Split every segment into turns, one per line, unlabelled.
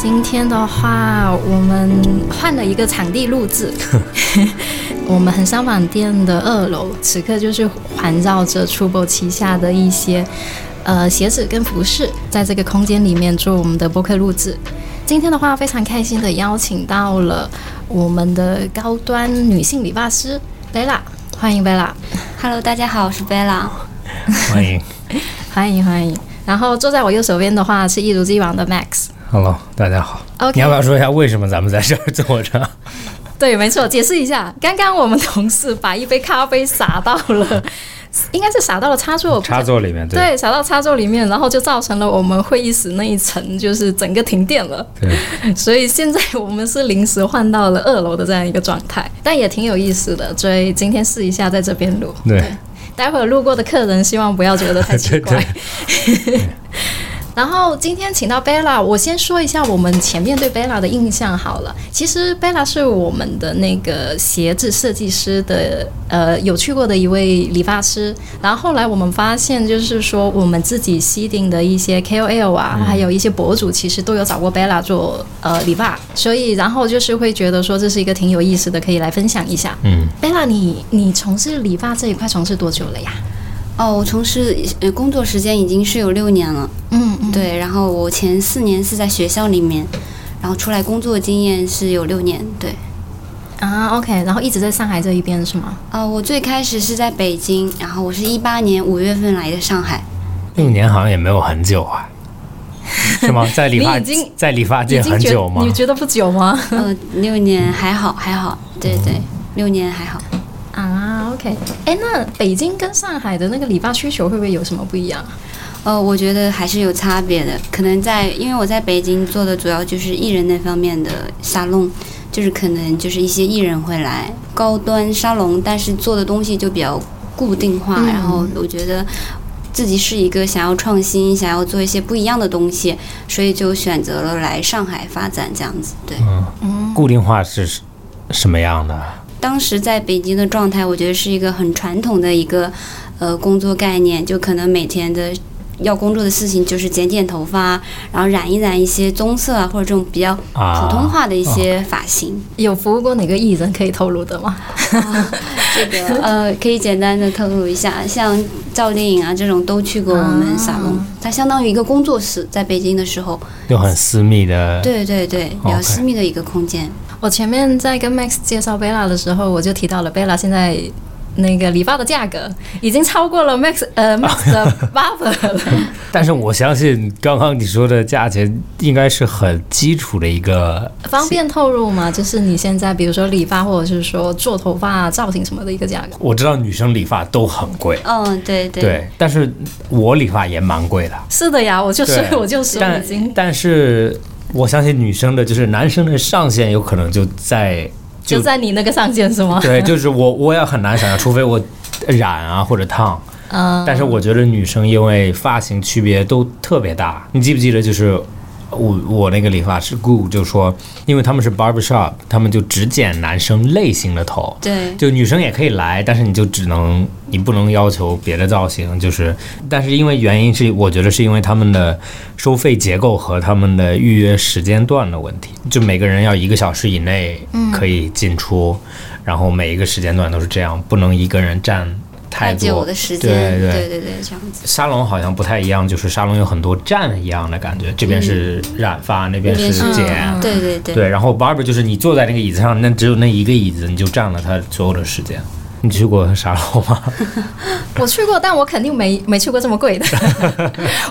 今天的话，我们换了一个场地录 制。我们恒商网店的二楼，此刻就是环绕着 Trouble 旗下的一些呃鞋子跟服饰，在这个空间里面做我们的播客录制。今天的话，非常开心的邀请到了我们的高端女性理发师 Bella，欢迎 Bella，
Hello，大家好，我是 Bella。
欢迎
欢迎欢迎。然后坐在我右手边的话是一如既往的 Max。
，Hello，大家好。
OK，
你要不要说一下为什么咱们在这 儿坐着？
对，没错，解释一下，刚刚我们同事把一杯咖啡洒到了，应该是洒到了插座，
插座里面，对
对，洒到插座里面，然后就造成了我们会议室那一层就是整个停电了，
对，
所以现在我们是临时换到了二楼的这样一个状态，但也挺有意思的，所以今天试一下在这边录，
对，
待会儿路过的客人希望不要觉得太奇怪。
对
然后今天请到 Bella，我先说一下我们前面对 Bella 的印象好了。其实 Bella 是我们的那个鞋子设计师的，呃，有去过的一位理发师。然后后来我们发现，就是说我们自己吸定的一些 KOL 啊，
嗯
还有一些博主，其实都有找过 Bella 做呃理发，所以然后就是会觉得说这是一个挺有意思的，可以来分享一下。
嗯，
Bella，你你从事理发这一块从事多久了呀？
哦，我从事呃工作时间已经是有六年了，
嗯嗯，
对。然后我前四年是在学校里面，然后出来工作经验是有六年，对。
啊，OK，然后一直在上海这一边是吗？
呃，我最开始是在北京，然后我是一八年五月份来的上海。
六年好像也没有很久啊， 是吗？在理发
你已经
在理发
已
界
经
很
觉
久吗
你？觉得不久吗？
呃，六年还好还好，对对，六年还好。
啊，OK，哎，那北京跟上海的那个理发需求会不会有什么不一样？啊
呃，我觉得还是有差别的。可能在，因为我在北京做的主要就是艺人那方面的沙龙，就是可能就是一些艺人会来高端沙龙，但是做的东西就比较固定化。
嗯
然后我觉得自己是一个想要创新、想要做一些不一样的东西，所以就选择了来上海发展这样子。对，
固定化是是什么样的？
当时在北京的状态，我觉得是一个很传统的一个呃工作概念，就可能每天的要工作的事情就是剪剪头发，然后染一染一些棕色啊，或者这种比较
啊哦
普通话的一些发型。
有服务过哪个艺人可以透露的 吗？
这 个呃，可以简单的透露一下，像赵丽颖啊这种都去过我们沙龙，它相当于一个工作室，在北京的时候，
又很私密的，
对对对，比较
哎哦 OK
私密的一个空间。
我前面在跟 Max 介绍 Bella 的时候，我就提到了 Bella 现在那个理发的价格已经超过了 Max 呃 Max 的 barber 了。
但是我相信刚刚你说的价钱应该是很基础的一个，
方便透露吗？就是你现在，比如说理发，或者是说做头发、造型什么的一个价格。
我知道女生理发都很贵，
嗯，对对
对，但是我理发也蛮贵的。
是的呀，我 就
对
所以我就说
但
已经
但是我相信女生的，就是男生的上限有可能就在
就在你那个上限是吗？
对，就是我我也很难想象，除非我染啊或者烫。
嗯，
但是我觉得女生因为发型区别都特别大，你记不记得就是我我那个理发师顾就说，因为他们是 barber shop，他们就只剪男生类型的头。
对
就女生也可以来，但是你就只能，你不能要求别的造型，就是，但是因为原因是，我觉得是因为他们的收费结构和他们的预约时间段的问题，就每个人要一个小时以内可以进出，
嗯
然后每一个时间段都是这样，不能一个人占
太
太多
久的时间，
对
对对对，这样子。
沙龙好像不太一样，就是沙龙有很多站一样的感觉，这边是染发，那边
那边
是
是嗯
剪。
对对对。
对，然后 barber 就是你坐在那个椅子上，那只有那一个椅子，你就占了他所有的时间。你去过沙龙吗？
我去过，但我肯 定没没去过这么贵的，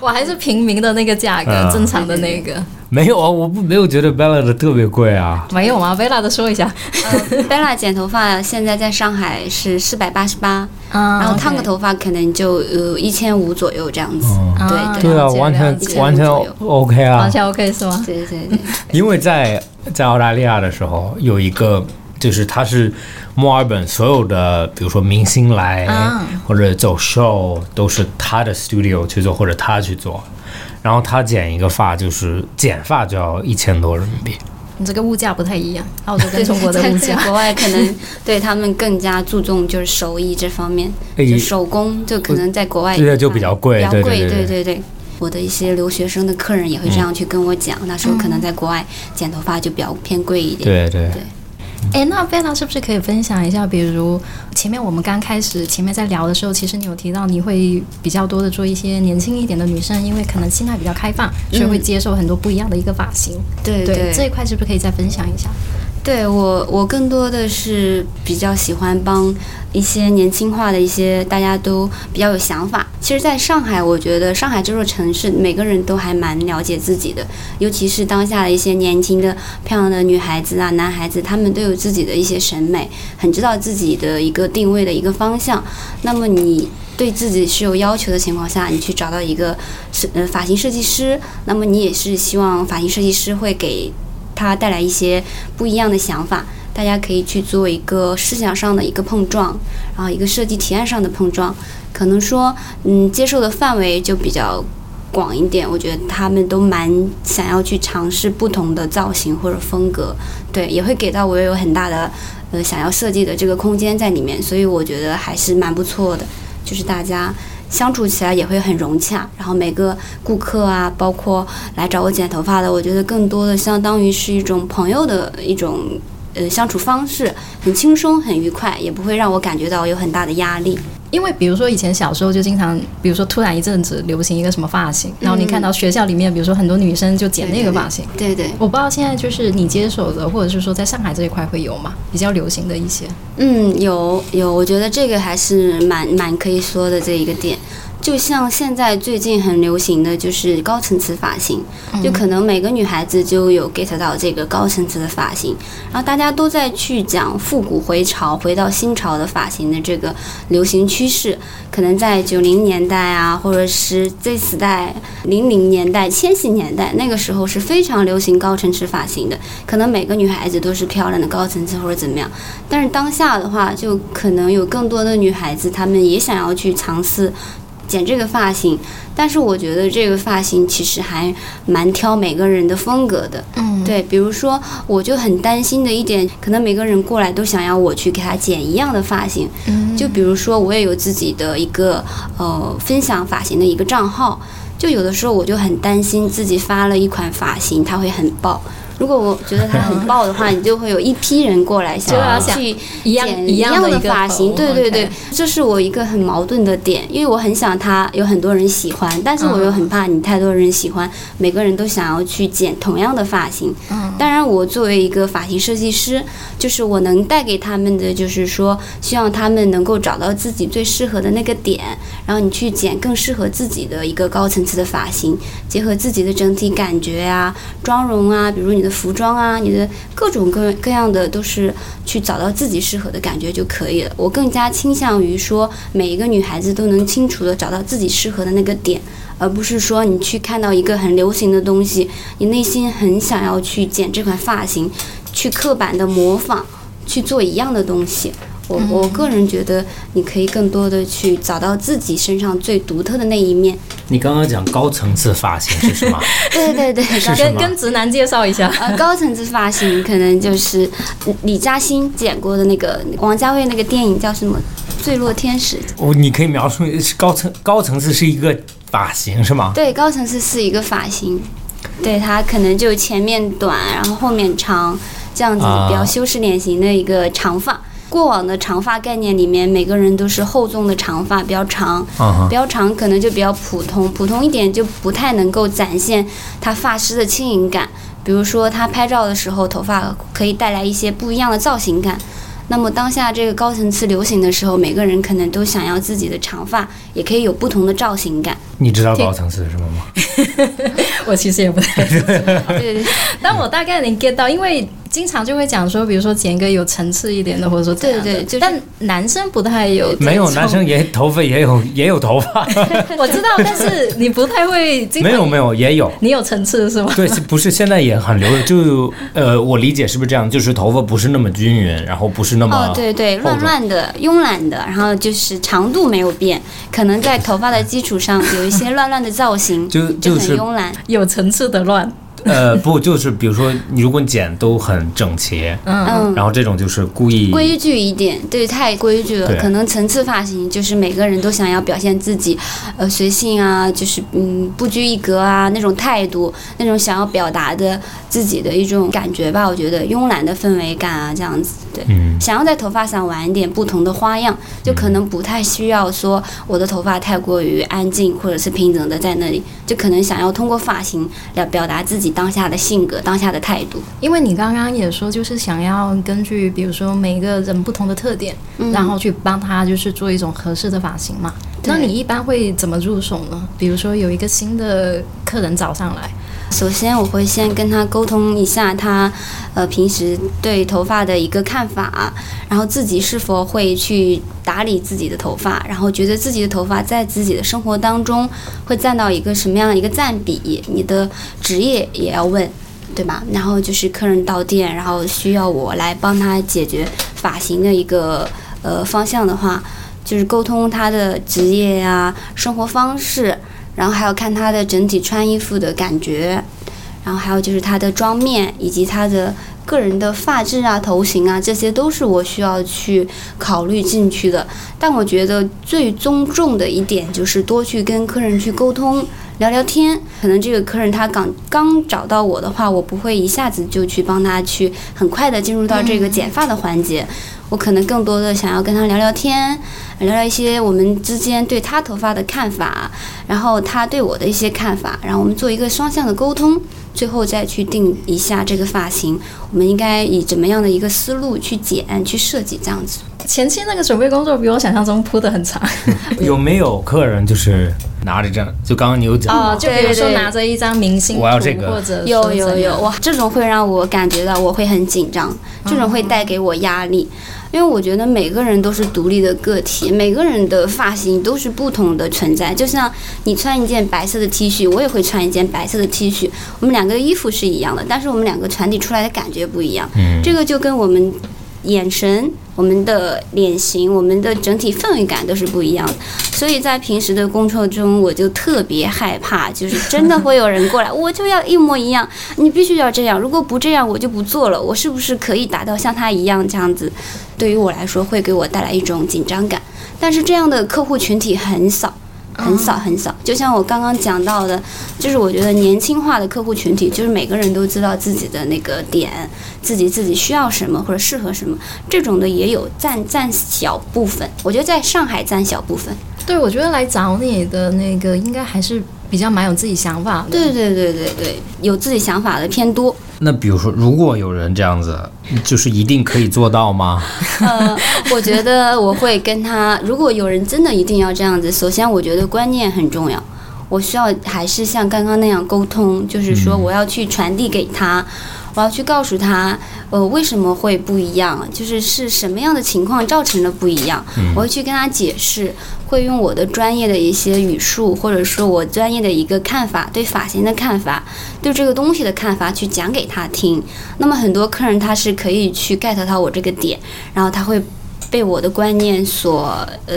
我还是平民的那个价格，
嗯
正常的那个。
没有啊，我不没有觉得 Bella 的特别贵啊。
没有吗？贝拉的说一下。
Bella 剪头发现在在上海是四百八十八，
啊
然后烫个，头发可能就呃一千五左右这样子。
嗯，
OK
对
啊
对
对啊，
了解
完
了
全
解
完全
了解
OK 啊
完。全 OK 是吗？
对对 对，
因为在在澳大利亚的时候，有一个就是它是墨尔本所有的，比如说明星来、
啊
或者走 show 都是他的 studio 去做，或者他去做。然后他剪一个发就是剪发就要一千多人民币，
你这个物价不太一样，澳洲 跟中国的
在
物
在
价。
国外可能对他们更加注重就是手艺这方面，
哎
就手工，就可能在国外
这个就比较贵
比较
对对
贵，
对嗯
对对对。我的一些留学生的客人也会这样去跟我讲，那时候可能在国外剪头发就比较偏贵一点。
对对
对
哎，那贝拉是不是可以分享一下？比如前面我们刚开始前面在聊的时候，其实你有提到你会比较多的做一些年轻一点的女生，因为可能心态比较开放，所以会接受很多不一样的一个发型。
对
对这一块是不是可以再分享一下？
对我，我更多的是比较喜欢帮一些年轻化的一些大家都比较有想法。其实，在上海，我觉得上海这座城市，每个人都还蛮了解自己的，尤其是当下的一些年轻的、呃漂亮的女孩子啊、男孩子，他们都有自己的一些审美，很知道自己的一个定位的一个方向。那么你。对自己是有要求的情况下，你去找到一个是呃发型设计师，那么你也是希望发型设计师会给他带来一些不一样的想法，大家可以去做一个思想上的一个碰撞，然后一个设计提案上的碰撞，可能说，嗯，接受的范围就比较广一点。我觉得他们都蛮想要去尝试不同的造型或者风格，对，也会给到我有很大的呃想要设计的这个空间在里面，所以我觉得还是蛮不错的，就是大家。相处起来也会很融洽，然后每个顾客啊，包括来找我剪头发的，我觉得更多的相当于是一种朋友的一种呃相处方式，很轻松，很愉快，也不会让我感觉到有很大的压力。
因为比如说以前小时候就经常，比如说突然一阵子流行一个什么发型，然后你看到学校里面，比如说很多女生就剪那个发型。
嗯对对，
我不知道现在就是你接手的，或者是说在上海这一块会有吗？比较流行的一些。
嗯，有有，我觉得这个还是蛮蛮可以说的这一个点。就像现在最近很流行的就是高层次发型，就可能每个女孩子就有 get 到这个高层次的发型，然后大家都在去讲复古回潮，回到新潮的发型的这个流行趋势，可能在九零年代啊，或者是 Z 时代、零零年代、千禧年代那个时候是非常流行高层次发型的，可能每个女孩子都是漂亮的高层次或者怎么样。但是当下的话，就可能有更多的女孩子，她们也想要去尝试剪这个发型。但是我觉得这个发型其实还蛮挑每个人的风格的。
嗯，
对，比如说，我就很担心的一点，可能每个人过来都想要我去给他剪一样的发型。
嗯
就比如说，我也有自己的一个呃分享发型的一个账号，就有的时候我就很担心自己发了一款发型，它会很爆。如果我觉得它很爆的话，你就会有一批人过来
嗯
想
就要
要
想
去
一样
剪
一样
的
一个
发型，
头
对对对
OK，
这是我一个很矛盾的点，因为我很想它有很多人喜欢，但是我又很怕你太多人喜欢，每个人都想要去剪同样的发型。
嗯
当然，我作为一个发型设计师，就是我能带给他们的，就是说希望他们能够找到自己最适合的那个点，然后你去剪更适合自己的一个高层次的发型，结合自己的整体感觉啊、妆容啊，比如你的服装啊、你的各种各各样的，都是去找到自己适合的感觉就可以了。我更加倾向于说，每一个女孩子都能清楚的找到自己适合的那个点。而不是说你去看到一个很流行的东西，你内心很想要去剪这款发型，去刻板的模仿，去做一样的东西。我我个人觉得，你可以更多的去找到自己身上最独特的那一面。
你刚刚讲高层次发型是什么？
对对对，
是什
跟
么？
跟直男介绍一下。
呃，高层次发型可能就是李嘉欣剪过的那个王家卫那个电影叫什么《坠落天使》。
我你可以描述是高层高层次是一个发型是吗？
对，高层次是一个发型，对它可能就前面短，然后后面长，这样子
啊
比较修饰脸型的一个长发。过往的长发概念里面，每个人都是厚重的长发，比较长，
嗯哼
比较长可能就比较普通，普通一点就不太能够展现他发丝的轻盈感。比如说他拍照的时候，头发可以带来一些不一样的造型感。那么当下这个高层次流行的时候，每个人可能都想要自己的长发也可以有不同的造型感。
你知道高层次是什么吗？
我其实也不太，
对对对，
但我大概能 get 到，因为经常就会讲说，比如说剪一个有层次一点的，或者说怎样的
对对就是
但男生不太有这
没有，
种
男生也头发也有也有头发，
我知道，但是你不太会经
没
常
有没有也有。
你有层次是吗？
对，是不是现在也很流行，就呃，我理解是不是这样？就是头发不是那么均匀，然后不是那么、
哦，对对，
厚
乱
重
乱的、慵懒的，然后就是长度没有变，可能在头发的基础 上有一些乱乱的造型，
就
就
就是
很慵懒。
有层次的乱，
呃，不就是比如说，你如果剪都很整齐，
嗯，
嗯，
然后这种就是故意
规矩一点，对，太规矩了
对。
可能层次发型就是每个人都想要表现自己，呃，随性啊，就是嗯，不拘一格啊，那种态度，那种想要表达的自己的一种感觉吧。我觉得慵懒的氛围感啊，这样子，对。
嗯，
想要在头发上玩一点不同的花样，就可能不太需要说我的头发太过于安静或者是平整的在那里，就可能想要通过发型来表达自己当下的性格、当下的态度。
因为你刚刚也说，就是想要根据比如说每个人不同的特点，
嗯
然后去帮他就是做一种合适的发型嘛。
对
那你一般会怎么入手呢？比如说有一个新的客人找上来，
首先，我会先跟他沟通一下他，呃，平时对头发的一个看法，然后自己是否会去打理自己的头发，然后觉得自己的头发在自己的生活当中会占到一个什么样的一个占比，你的职业也要问，对吧？然后就是客人到店，然后需要我来帮他解决发型的一个呃方向的话，就是沟通他的职业呀、生活方式，然后还有看他的整体穿衣服的感觉，然后还有就是他的妆面以及他的个人的发质啊、头型啊，这些都是我需要去考虑进去的。但我觉得最尊重的一点就是多去跟客人去沟通。聊聊天，可能这个客人他刚刚找到我的话，我不会一下子就去帮他去很快的进入到这个剪发的环节，我可能更多的想要跟他聊聊天，聊聊一些我们之间对他头发的看法，然后他对我的一些看法，然后我们做一个双向的沟通，最后再去定一下这个发型，我们应该以怎么样的一个思路去剪、去设计这样子。
前期那个准备工作比我想象中铺的很 长
有没有客人就是拿着这样？就刚刚你有讲
啊、
吗，
就比如说
对对
拿着一张明星图，
我要这个
或者是
有有
怎
有，
样，嗯
哇，这种会让我感觉到我会很紧张，这种会带给我压力，因为我觉得每个人都是独立的个体，每个人的发型都是不同的存在。就像你穿一件白色的 T 恤，我也会穿一件白色的 T 恤，我们两个的衣服是一样的，但是我们两个传递出来的感觉不一样。
嗯，
这个就跟我们眼神、我们的脸型、我们的整体氛围感都是不一样的。所以在平时的工作中，我就特别害怕，就是真的会有人过来，我就要一模一样，你必须要这样，如果不这样我就不做了。我是不是可以达到像他一样这样子？对于我来说，会给我带来一种紧张感。但是这样的客户群体很少。很少很少，就像我刚刚讲到的，就是我觉得年轻化的客户群体，就是每个人都知道自己的那个点，自己自己需要什么或者适合什么，这种的也有占占小部分。我觉得在上海占小部分。
对我觉得来找你的那个应该还是比较蛮有自己想法的，
对对对对对，有自己想法的偏多。
那比如说，如果有人这样子，就是一定可以做到吗？
呃， 我觉得我会跟他，如果有人真的一定要这样子，首先我觉得观念很重要。我需要还是像刚刚那样沟通，就是说我要去传递给他，我要去告诉他，呃，为什么会不一样，就是是什么样的情况造成了不一样，我会去跟他解释，会用我的专业的一些语速，或者说我专业的一个看法，对发型的看法，对这个东西的看法去讲给他听。那么很多客人他是可以去 get 到我这个点，然后他会被我的观念所呃，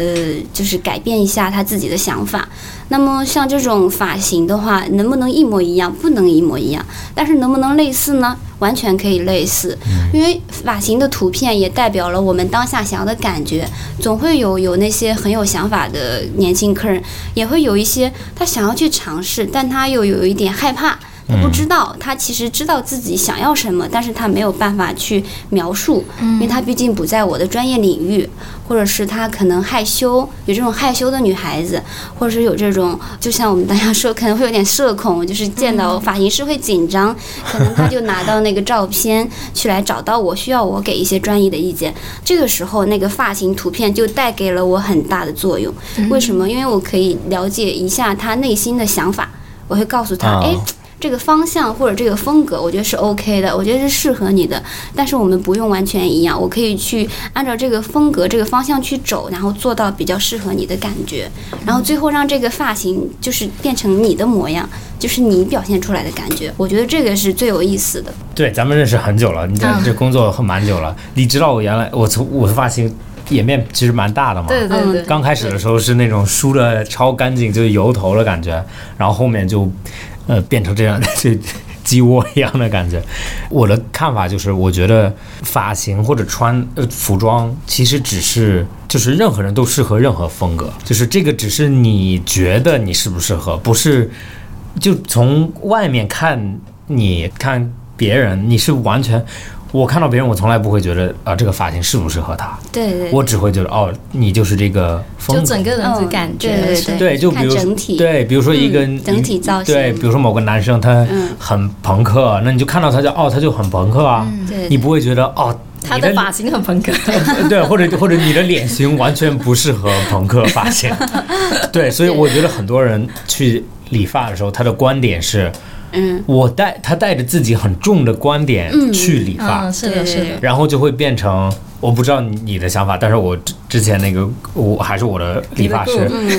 就是改变一下他自己的想法。那么像这种发型的话，能不能一模一样？不能一模一样，但是能不能类似呢？完全可以类似，因为发型的图片也代表了我们当下想要的感觉。总会有有那些很有想法的年轻客人，也会有一些他想要去尝试，但他又有一点害怕。他不知道，他其实知道自己想要什么，但是他没有办法去描述，因为他毕竟不在我的专业领域，或者是他可能害羞，有这种害羞的女孩子，或者是有这种，就像我们大家说，可能会有点社恐，就是见到发型师会紧张，可能他就拿到那个照片去来找到我，需要我给一些专业的意见。这个时候，那个发型图片就带给了我很大的作用。为什么？因为我可以了解一下他内心的想法，我会告诉他，
啊
哎、这个方向或者这个风格，我觉得是 OK 的，我觉得是适合你的。但是我们不用完全一样，我可以去按照这个风格、这个方向去走，然后做到比较适合你的感觉，然后最后让这个发型就是变成你的模样，就是你表现出来的感觉。我觉得这个是最有意思的。
对，咱们认识很久了，你这
嗯
这工作很蛮久了。你知道我原来我从我的发型演变其实蛮大的嘛，
对对对，
刚开始的时候是那种梳的超干净，就是油头的感觉，然后后面就，呃，变成这样， 就鸡窝一样的感觉。我的看法就是，我觉得发型或者穿呃服装，其实只是就是任何人都适合任何风格，就是这个只是你觉得你适不适合，不是就从外面看你看别人，你是完全。我看到别人，我从来不会觉得啊、这个发型适不适合他，
对对对
我只会觉得哦，你就是这个风
就
格。
整个人的
嗯
感觉
对对
是
对
对，就比
看
如
整体
对，比如说一个、
嗯整体造型
对，比如说某个男生他
嗯
很朋克，那你就看到他就哦，他就很朋克啊，
嗯对
你不会觉得哦，
他
你
的
的
发型很朋克，
对，或者或者你的脸型完全不适合朋克发型， 对，所以我觉得很多人去理发的时候，他的观点是
嗯，
我带他带着自己很重的观点去理发，
嗯，是的，是的，
然后就会变成，我不知道你的想法，但是我之之前那个我还是我的理发师，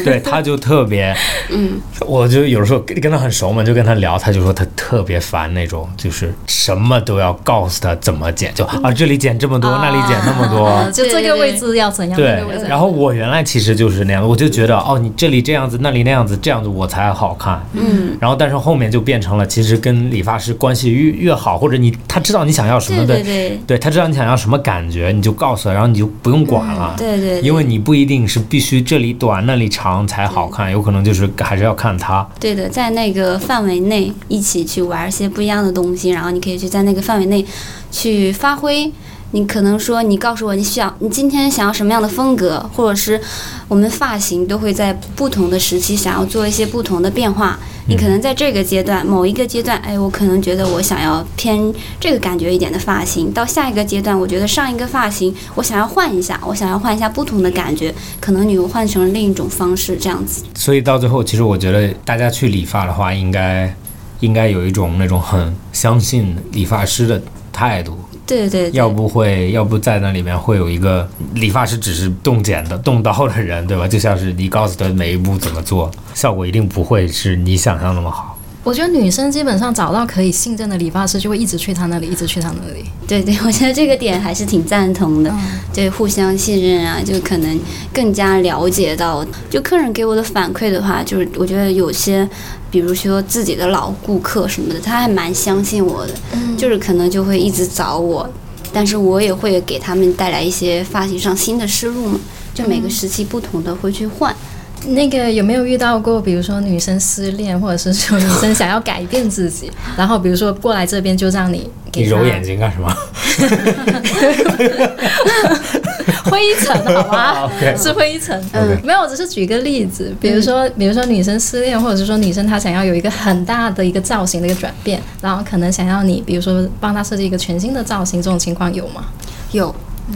对，他就特别， 嗯，我就有的时候跟跟他很熟嘛，就跟他聊，他就说他特别烦那种，就是什么都要告诉他怎么剪，就啊这里剪这么多，那里剪那么多，
啊就这
对
个
对
位置要怎样，那
对
个位置要，
然后我原来其实就是那样的，我就觉得哦，你这里这样子，那里那样子，这样子我才好看。嗯，然后但是后面就变成了，其实跟理发师关系越越好，或者你他知道你想要什么的，
对对对
他知道你想要什么感觉，你就告诉他，然后你就不用管了。
嗯对对对
因为你不一定是必须这里短那里长才好看，有可能就是还是要看他。
对的，在那个范围内一起去玩一些不一样的东西，然后你可以去在那个范围内去发挥。你可能说，你告诉我你想你今天想要什么样的风格，或者是我们发型都会在不同的时期想要做一些不同的变化。你可能在这个阶段某一个阶段，哎，我可能觉得我想要偏这个感觉一点的发型，到下一个阶段，我觉得上一个发型我想要换一下，我想要换一下不同的感觉，可能你又换成另一种方式这样子。
所以到最后，其实我觉得大家去理发的话，应该应该有一种那种很相信理发师的态度。
对对对。
要不会，要不在那里面会有一个理发师只是动剪的、动刀的人，对吧？就像是你告诉他每一步怎么做，效果一定不会是你想象那么好。
我觉得女生基本上找到可以信任的理发师，就会一直去他那里，一直去他那里。
对对， 我觉得这个点还是挺赞同
嗯
的，对，互相信任啊，就可能更加了解到，就客人给我的反馈的话，就是我觉得有些，比如说自己的老顾客什么的，他还蛮相信我的，就是可能就会一直找我，但是我也会给他们带来一些发型上新的思路嘛，就每个时期不同的会去换，
那个有没有遇到过，比如说女生失恋，或者是说女生想要改变自己，然后比如说过来这边就让你
你
给她
揉眼睛干什么？
灰尘，好吗
OK
是灰尘。嗯
OK
没有，我只是举个例子，比如说，比如说女生失恋，或者是说女生她想要有一个很大的一个造型的一个转变，然后可能想要你，比如说帮她设计一个全新的造型，这种情况有吗？
有。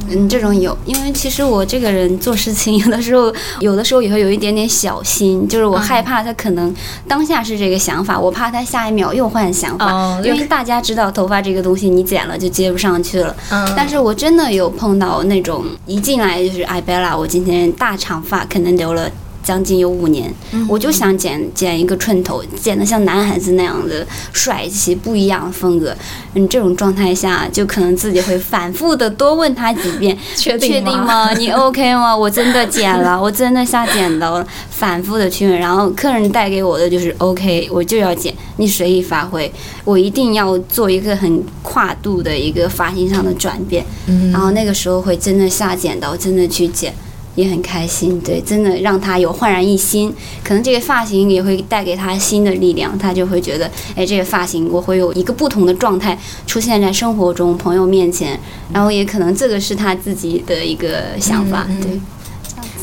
嗯，这种有，因为其实我这个人做事情， 有的时候，有的时候也会有一点点小心，就是
嗯
我害怕他可能当下是这个想法，我怕他下一秒又换想法，
哦
因
又
为大家知道头发这个东西，你剪了就接不上去了。
嗯
但是我真的有碰到那种一进来就是哎艾贝拉，我今天大长发，可能留了。将近有五年，
嗯
我就想剪剪一个寸头，剪得像男孩子那样的帅气不一样的风格。嗯，这种状态下，就可能自己会反复的多问他几遍，
确定吗
确定吗？你 OK 吗？我真的剪了，我真的下剪刀了，反复的去问，然后客人带给我的就是 OK，我就要剪，你随意发挥，我一定要做一个很跨度
嗯
嗯的一个发型上的转变，然后那个时候会真的下剪刀，真的去剪。也很开心。对，真的让他有焕然一新，可能这个发型也会带给他新的力量，他就会觉得，哎，这个发型我会有一个不同的状态出现在生活中、朋友面前，然后也可能这个是他自己的一个想法，对。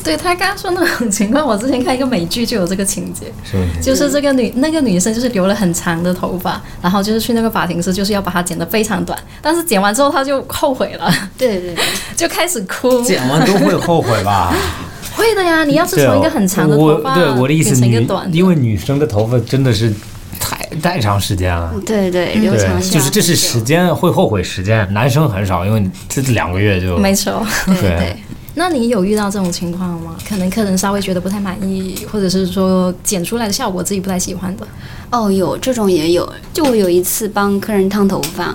对他刚刚说那种情况，我之前看一个美剧就有这个情节，
是不是？
就是这个女那个女生就是留了很长的头发，然后就是去那个发型师就是要把它剪得非常短，但是剪完之后她就后悔了，
对对对，
就开始哭。
剪完都会后悔 吧？
会的呀，你要是
对
从
哦
一个很长的
我
头发
对我的意
变
思，
成一个
女
短的，
因为女生的头发真的是太太长时间
嗯
了。
对对，留长
嗯对，
下
就是这是时间会后悔时间，男生很少，因为你这两个月就
没错。
对
对
对，
那你有遇到这种情况吗？可能客人稍微觉得不太满意，或者是说剪出来的效果自己不太喜欢的。
哦，有这种也有。就我有一次帮客人烫头发，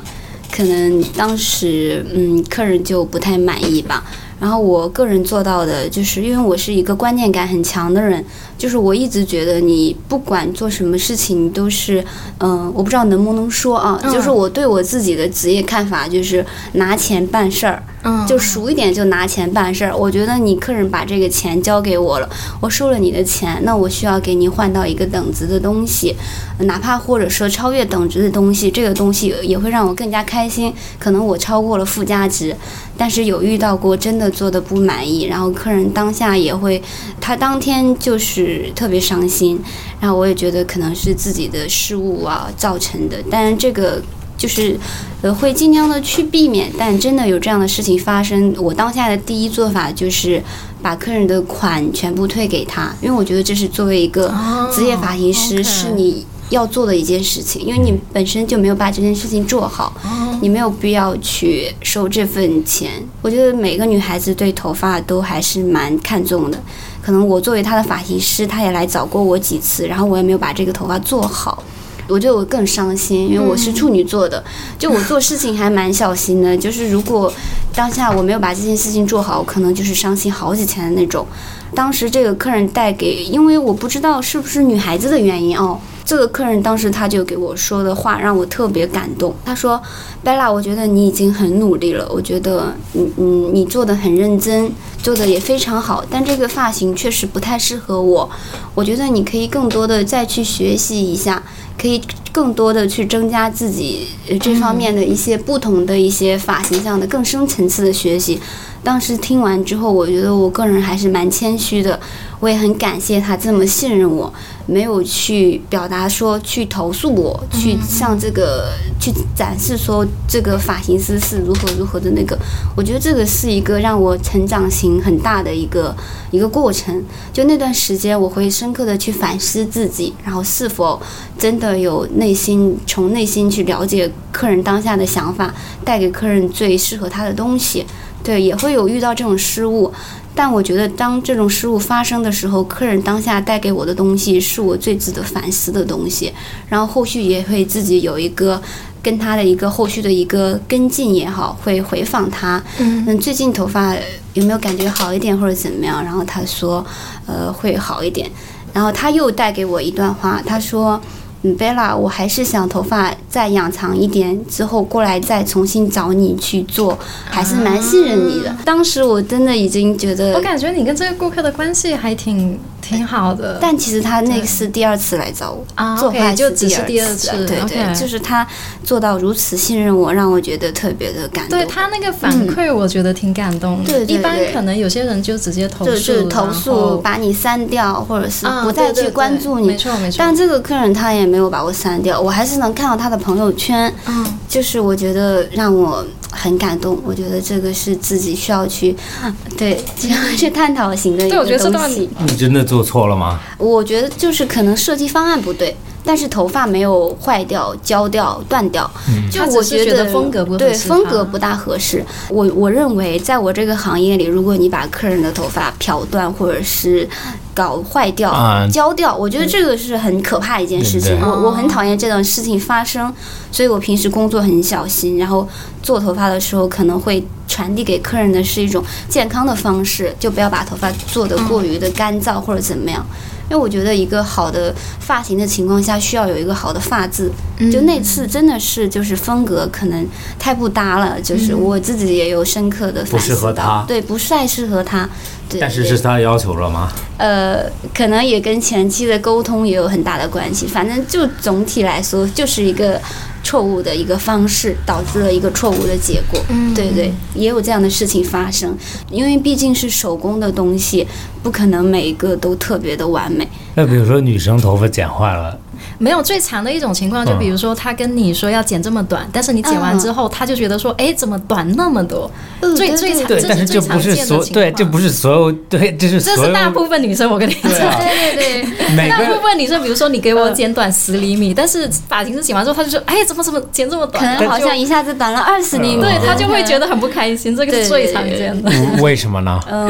可能当时嗯客人就不太满意吧。然后我个人做到的就是，因为我是一个观念感很强的人，就是我一直觉得你不管做什么事情都是，嗯、我不知道能不能说啊，
嗯
就是我对我自己的职业看法就是拿钱办事儿，
嗯
就熟一点就拿钱办事儿。我觉得你客人把这个钱交给我了，我收了你的钱，那我需要给你换到一个等值的东西，哪怕或者说超越等值的东西，这个东西也会让我更加开心。可能我超过了附加值，但是有遇到过真的做的不满意，然后客人当下也会，他当天就是特别伤心。然后我也觉得可能是自己的失误啊造成的，但这个就是呃，会尽量的去避免，但真的有这样的事情发生，我当下的第一做法就是把客人的款全部退给他，因为我觉得这是作为一个
哦
职业发型师、
OK
是你要做的一件事情，因为你本身就没有把这件事情做好，
哦
你没有必要去收这份钱。我觉得每个女孩子对头发都还是蛮看重的，可能我作为她的发型师，她也来找过我几次，然后我也没有把这个头发做好。我觉得我更伤心，因为我
嗯
是处女座的，就我做事情还蛮小心的。就是如果当下我没有把这件事情做好，我可能就是伤心好几千的那种。当时这个客人带给，因为我不知道是不是女孩子的原因哦，这个客人当时他就给我说的话让我特别感动。他说：“Bella，我觉得你已经很努力了，我觉得你嗯你做的很认真，做的也非常好，但这个发型确实不太适合我。我觉得你可以更多的再去学习一下，可以更多的去增加自己呃这方面的一些不同的一些发型上的更深层次的学习。当时听完之后，我觉得我个人还是蛮谦虚的，我也很感谢他这么信任我，没有去表达说去投诉我，去向这个去展示说这个发型师是如何如何的那个。我觉得这个是一个让我成长型很大的一个一个过程。就那段时间，我会深刻的去反思自己，然后是否真的有内心从内心去了解客人当下的想法，带给客人最适合他的东西。对，也会有遇到这种失误，但我觉得当这种失误发生的时候，客人当下带给我的东西是我最值得反思的东西，然后后续也会自己有一个跟他的一个后续的一个跟进也好，会回访他，
嗯
嗯，最近头发有没有感觉好一点或者怎么样？然后他说，呃，会好一点，然后他又带给我一段话，他说。嗯，Bella，我还是想头发再养长一点，之后过来再重新找你去做，还是蛮信任你
嗯
的。当时我真的已经觉得，
我感觉你跟这个顾客的关系还挺挺好的，
但其实他那是第二次来找我，
啊
做
OK，
坏
就只是第二
次，
次
对对，
OK
就是他做到如此信任我，让我觉得特别的感动。
对他那个反馈，我觉得挺感动的。
嗯对对
一般
对
可能有些人就直接投诉，
就是投
然
诉
后
把你删掉，或者是
啊
不再去关注你。
对对对没错没错。
但这个客人他也没有把我删掉，我还是能看到他的朋友圈，
嗯，
就是我觉得让我很感动。我觉得这个是自己需要去，啊对，需要去探讨型的一
嗯
个
对，我觉得这
东
段
西。
你真的做错了吗？
我觉得就是可能设计方案不对，但是头发没有坏掉、焦掉、断掉，就
嗯他只
我
是觉
得
得风格不合
对
适
风
他
格不大合适。我我认为，在我这个行业里，如果你把客人的头发漂断或者是搞坏掉、
啊
焦掉，我觉得这个是很可怕的一件事情。
对对
我
哦
我很讨厌这种事情发生，所以我平时工作很小心，然后做头发的时候可能会传递给客人的是一种健康的方式，就不要把头发做得过于的干
嗯
燥或者怎么样。因为我觉得一个好的发型的情况下，需要有一个好的发质。
嗯
就那次真的是就是风格可能太不搭了，就是我自己也有深刻的
嗯不
反
适
思
合
到
他，
对，不太适合他。对
但是
对
是他的要求了吗？
呃，可能也跟前期的沟通也有很大的关系。反正就总体来说，就是一个错误的一个方式，导致了一个错误的结果。
嗯
对对，也有这样的事情发生。因为毕竟是手工的东西，不可能每一个都特别的完美。
那比如说女生头发剪坏了，
没有最长的一种情况，就
嗯
比如说他跟你说要剪这么短，但是你剪完之
嗯
后，他就觉得说，哎，怎么短那么多？最
对
最常
对，
这
但是
最
这
常
不
见
是
的
所
情
对，
况
这不是所有对，这是
这
所
是
有
大部分女生，我跟你讲。
对啊，
对对对，
每
大部
个
分女生，比如说你给我剪短十厘米，但是发型师剪完之后，她就说：“哎，怎么怎么剪这么短
嗯可？”能
然后
好
就
像一下子短了二十厘米。
对
嗯
她就会觉得很不开心，这个是
对
最
对
常
对
见的。
嗯为什么呢？
嗯，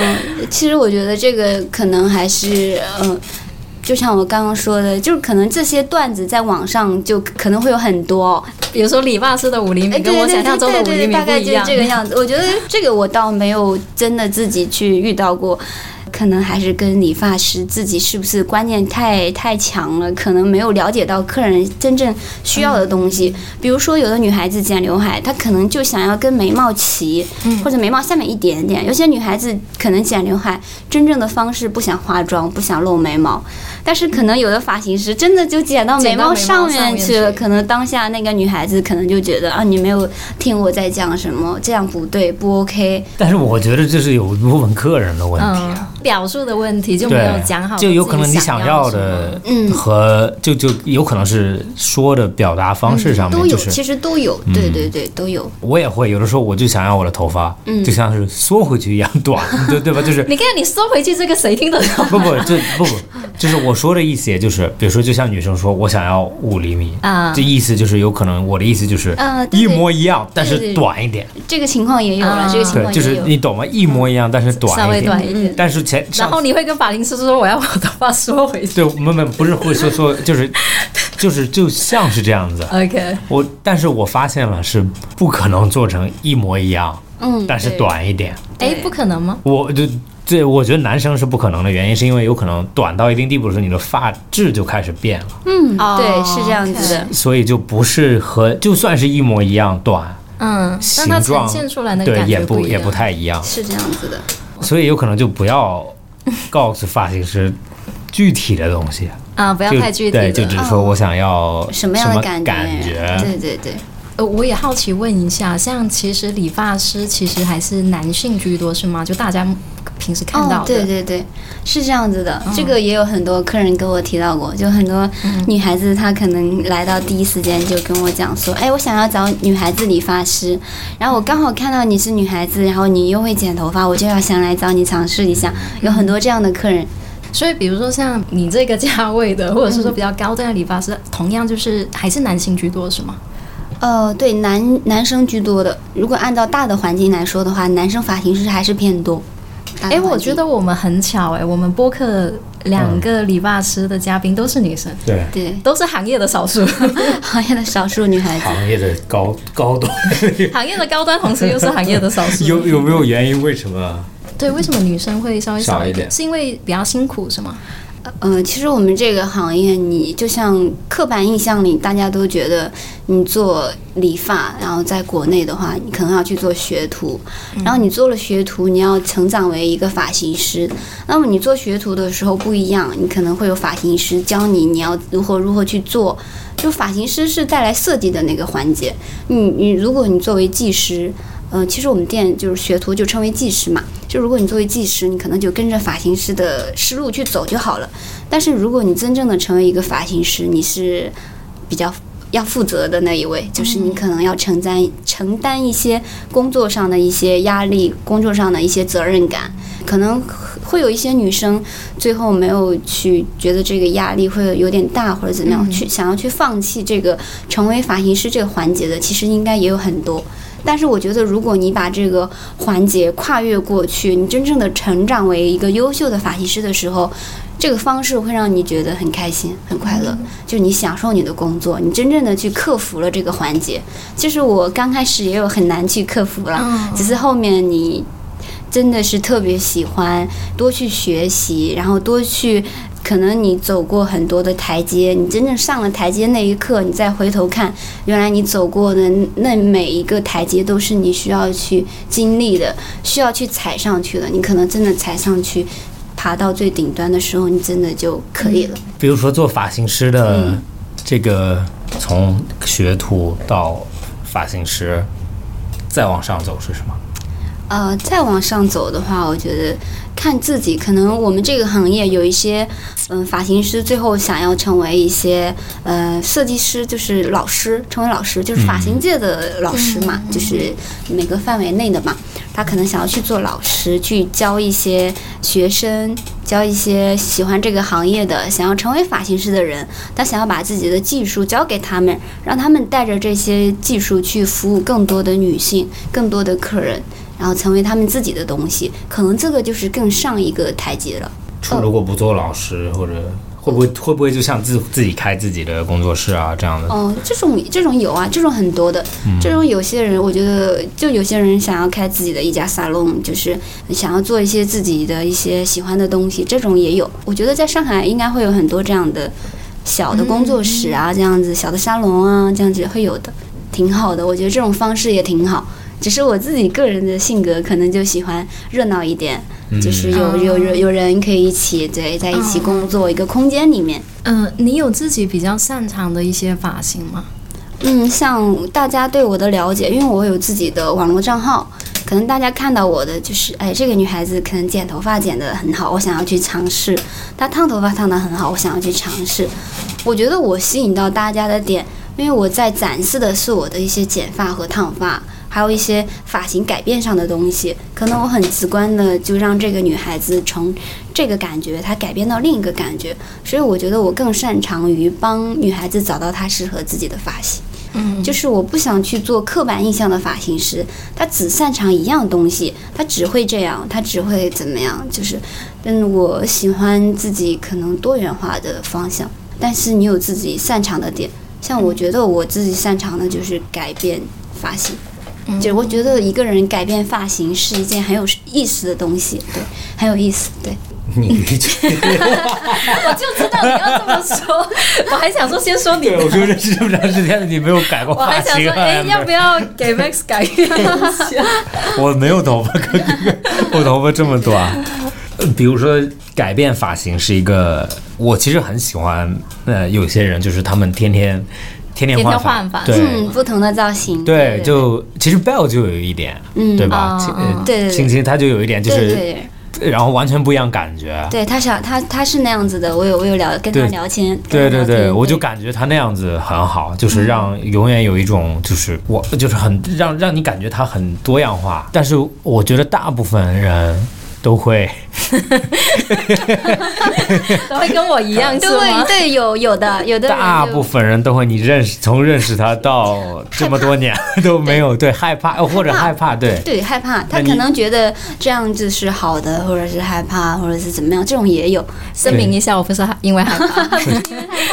其实我觉得这个可能还是嗯。就像我刚刚说的，就是可能这些段子在网上就可能会有很多、
比如说理发师的五厘
哎
米
对
跟我
对
想象中的
对
五
对
厘
对
米
大
不
概
一
就是
样，
这个样子。我觉得这个我倒没有真的自己去遇到过，可能还是跟理发师自己是不是观念太太强了，可能没有了解到客人真正需要的东西。比如说，有的女孩子剪刘海，她可能就想要跟眉毛齐，
嗯
或者眉毛下面一点点。有些女孩子可能剪刘海，真正的方式不想化妆，不想露眉毛，但是可能有的发型师真的就剪到眉
剪到
毛
眉毛
上
上
面
面
去了，
去
可能当下那个女孩子可能就觉得啊，你没有听我在讲什么，这样不对，不 OK。
但是我觉得这是有一部分个人的问题啊。
嗯，表述的问题就没
对，
有讲好，
就有可能你
想
想要
什么。
的
嗯
和就就有可能是说的表达方
嗯
式上
都
面，
有，
就是嗯
其实都有，对对对，都有。
我也会有的时候我就想要我的头发，
嗯
就像是缩回去一样短， 对对吧？就是
你看，你收回去这个谁听得懂？
不不就不不，就是我说的意思，也就是比如说，就像女生说我想要五厘米，
啊
这意思就是有可能我的意思就是
啊对
一
对
模一样，但
对
是
对
短一点，
这个情况也有了，
啊
这个情
对，
况
就
也
是
有。
你懂吗？一模一样，但是短
稍微
一
短
点，
一点。
但是前
然
上
后你会跟法庭师说：“我要我头发缩回去。
对，没没不是会说说就是就是就像是这样子，
”OK，
我，但是我发现了是不可能做成一模一样，
嗯，
但是
对。
短一点。
哎
对，
不可能吗？
我就这，我觉得男生是不可能的原因，是因为有可能短到一定地步的时候，你的发质就开始变了，
嗯，
哦
对，是这样子的。
所以就不是和就算是一模一样短，
嗯，
形
但它呈
状
现出来的
对
感
也
觉
不
一
也
样
不。太一样，
是这样子的，
所以有可能就不要告诉发型师具体的东西，
啊， 不要
就
太具体哦
对，
了。
就只说我想要
什么样的
感
感对对对，
呃，我也好奇问一下，像其实理发师其实还是男性居多是吗？就大家平时看到的，嗯
哦。对对对，是这样子的。这个也有很多客人跟我提到过，就很多女孩子她可能来到第一时间就跟我讲说，哎，我想要找女孩子理发师，然后我刚好看到你是女孩子，然后你又会剪头发，我就要想来找你尝试一下。有很多这样的客人，
所以比如说像你这个价位的，或者是说比较高端的理发师，同样就是还是男性居多是吗？
呃，对，男男生居多的。如果按照大的环境来说的话，男生发型师还是偏多。
嗯
大的
哎，我
环境
觉得我们很巧哎，我们播客两个理发师的嘉宾都是女生，
对
对
都是行业的少 数，
行业的少数女孩子。
行业的高高端，
行业的高端，同时又是行业的少数。
有有没有原因？为什么？
对，为什么女生会稍微
少
少
一点
是因为比较辛苦是吗？
嗯，其实我们这个行业，你就像刻板印象里，大家都觉得你做理发，然后在国内的话，你可能要去做学徒，然后你做了学徒，你要成长为一个发型师。那么你做学徒的时候不一样，你可能会有发型师教你你要如何如何去做。就发型师是带来设计的那个环节，你你如果你作为技师，嗯、其实我们店就是学徒就称为技师嘛。就如果你作为技师，你可能就跟着发型师的思路去走就好了。但是如果你真正的成为一个发型师，你是比较要负责的那一位，就是你可能要承担承担一些工作上的一些压力，工作上的一些责任感。可能会有一些女生最后没有去觉得这个压力会有点大或者怎么样，去想要去放弃这个成为发型师这个环节的，其实应该也有很多。但是我觉得，如果你把这个环节跨越过去，你真正的成长为一个优秀的发型师的时候，这个方式会让你觉得很开心、很快乐，就你享受你的工作，你真正的去克服了这个环节。其实我刚开始也有很难去克服了，只是后面你真的是特别喜欢，多去学习，然后多去。可能你走过很多的台阶，你真正上了台阶那一刻，你再回头看，原来你走过的那每一个台阶都是你需要去经历的，需要去踩上去的。你可能真的踩上去，爬到最顶端的时候，你真的就可以了。
比如说做发型师的
嗯
这个，从学徒到发型师，再往上走是什么？
呃，再往上走的话，我觉得看自己，可能我们这个行业有一些，嗯、发型师最后想要成为一些，呃，设计师，就是老师，成为老师，就是发型界的老师嘛，就是每个范围内的嘛。他可能想要去做老师，去教一些学生，教一些喜欢这个行业的、想要成为发型师的人，他想要把自己的技术教给他们，让他们带着这些技术去服务更多的女性、更多的客人。然后成为他们自己的东西，可能这个就是更上一个台阶了。
除如果不做老师，或者会不会会不会就像自自己开自己的工作室啊这样的？嗯
哦，这种这种有啊，这种很多的，这种有些人我觉得，就有些人想要开自己的一家沙龙，就是想要做一些自己的一些喜欢的东西，这种也有。我觉得在上海应该会有很多这样的小的工作室
嗯
啊，这样子小的沙龙啊，这样子会有的，挺好的。我觉得这种方式也挺好。只是我自己个人的性格，可能就喜欢热闹一点，
嗯
就是有有有有人可以一起对在一起工作一个空间里面。
嗯、你有自己比较擅长的一些发型吗？
嗯，像大家对我的了解，因为我有自己的网络账号，可能大家看到我的就是，哎，这个女孩子可能剪头发剪得很好，我想要去尝试；她烫头发烫得很好，我想要去尝试。我觉得我吸引到大家的点，因为我在展示的是我的一些剪发和烫发，还有一些发型改变上的东西。可能我很直观的就让这个女孩子从这个感觉她改变到另一个感觉，所以我觉得我更擅长于帮女孩子找到她适合自己的发型。
嗯
就是我不想去做刻板印象的发型师，他只擅长一样东西，他只会这样，他只会怎么样，就是，嗯，我喜欢自己可能多元化的方向，但是你有自己擅长的点，像我觉得我自己擅长的就是改变发型。就我觉得一个人改变发型是一件很有意思的东西，对，很有意思，对。
你
我就知道你要这么说， 我还想说先说你
对我就认识这么长时间了，你没有改过
我
发
还想
型
说，
啊？
哎，
Amber
要不要给 Max 改变一下？
我没有头发，可是我头发这么短。呃比如说，改变发型是一个，我其实很喜欢。呃，有些人就是他们天天天天
天
换
天
发，
换发
对、
嗯，不同的造型。
对，就其实 Bell 就有一点，
嗯
对吧？
嗯
青
嗯
呃
对对对
青青他就有一点，就
对对
是
对，
然后完全不一样感觉。
对他想他他是那样子的，我有我有聊跟他
对
聊天，
对
跟他
对
聊
对，
天
我就感觉他那样子很好，就是让永远有一种就是我就是很让让你感觉他很多样化，但是我觉得大部分人都会。
都会跟我一样是吗
对？ 对，有有的有的人
大
就
部分人都会，你认识从认识他到这么多年 都没有对害怕呃或者害 怕对。
对害怕，他
那你
可能觉得这样子是好的，或者是害怕，或者是怎么样，这种也有。
声明一下，我不是因为害怕，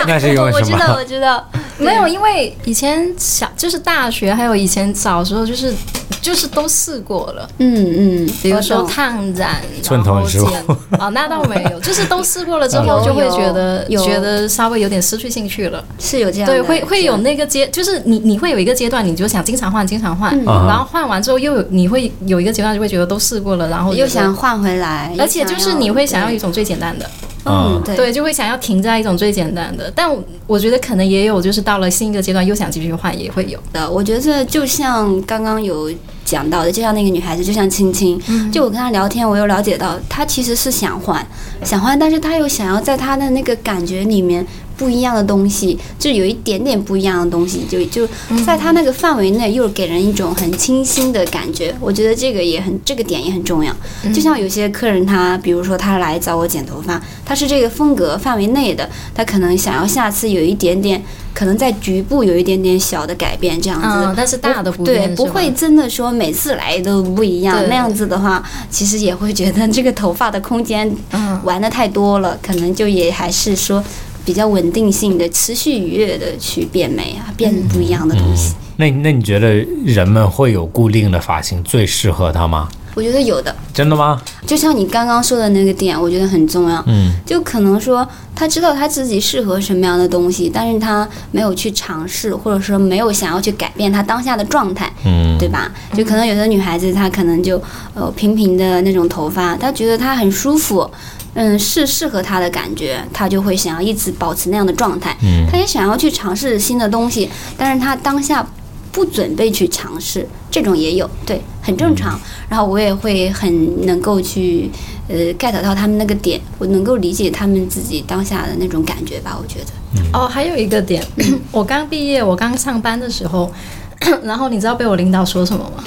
那是因为
我
什
知道，
么？
我知道，
没有，因为以前小就是大学，还有以前小时候就是就是都试过了。
嗯嗯，
比如说
我懂
烫染、
寸头之后
然后剪哦，那倒没 有，就是都试过了之后，
有
就会觉得
有有
觉得稍哦微有点失去兴趣了。
是有这样的，
对，会会有那个阶，就是你你会有一个阶段，你就想经常换，经常换，
啊
然后换完之后又有你会有一个阶段就会觉得都试过了，然后
有
觉
又
得
想，换回来，
而且
又
就是你会想要一
对
种最简单的，
嗯
嗯
对
对，就会想要停在一种最简单的。但我我觉得可能也有，就是到了新一个阶段又想继续换，也会有。
的，我觉得就像刚刚有讲到的，就像那个女孩子，就像青青，
嗯
就我跟她聊天，我又了解到她其实是想换，想换，但是她又想要在她的那个感觉里面不一样的东西，就有一点点不一样的东西，就就
嗯
在她那个范围内，又给人一种很清新的感觉。我觉得这个也很，这个点也很重要。
嗯
就像有些客人他，比如说他来找我剪头发，他是这个风格范围内的，他可能想要下次有一点点，可能在局部有一点点小的改变这样子。
嗯，但是大的不
对，
变
不
是吧
会真的说每次来都不一样。
对
那样子的话，其实也会觉得这个头发的空间
嗯
玩的太多了，可能就也还是说比较稳定性的、持续愉悦的去变美啊，变不
嗯
一样的东西。
那那你觉得人们会有固定的发型最适合他吗？
我觉得有的，
真的吗？
就像你刚刚说的那个点，我觉得很重要。
嗯，
就可能说他知道他自己适合什么样的东西，但是他没有去尝试，或者说没有想要去改变他当下的状态，
嗯
对吧？就可能有的女孩子她可能就呃平平的那种头发，她觉得她很舒服，嗯，是适合她的感觉，她就会想要一直保持那样的状态。
嗯
她也想要去尝试新的东西，但是她当下不准备去尝试，这种也有，对，很正常。然后我也会很能够去呃 get 到他们那个点，我能够理解他们自己当下的那种感觉吧，我觉得。
哦，还有一个点，我刚毕业，我刚上班的时候， 然后你知道被我领导说什么吗？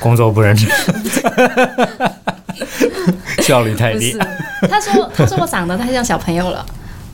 工作不 认真，效率太
不
低
是。，他说他说我长得太像小朋友了，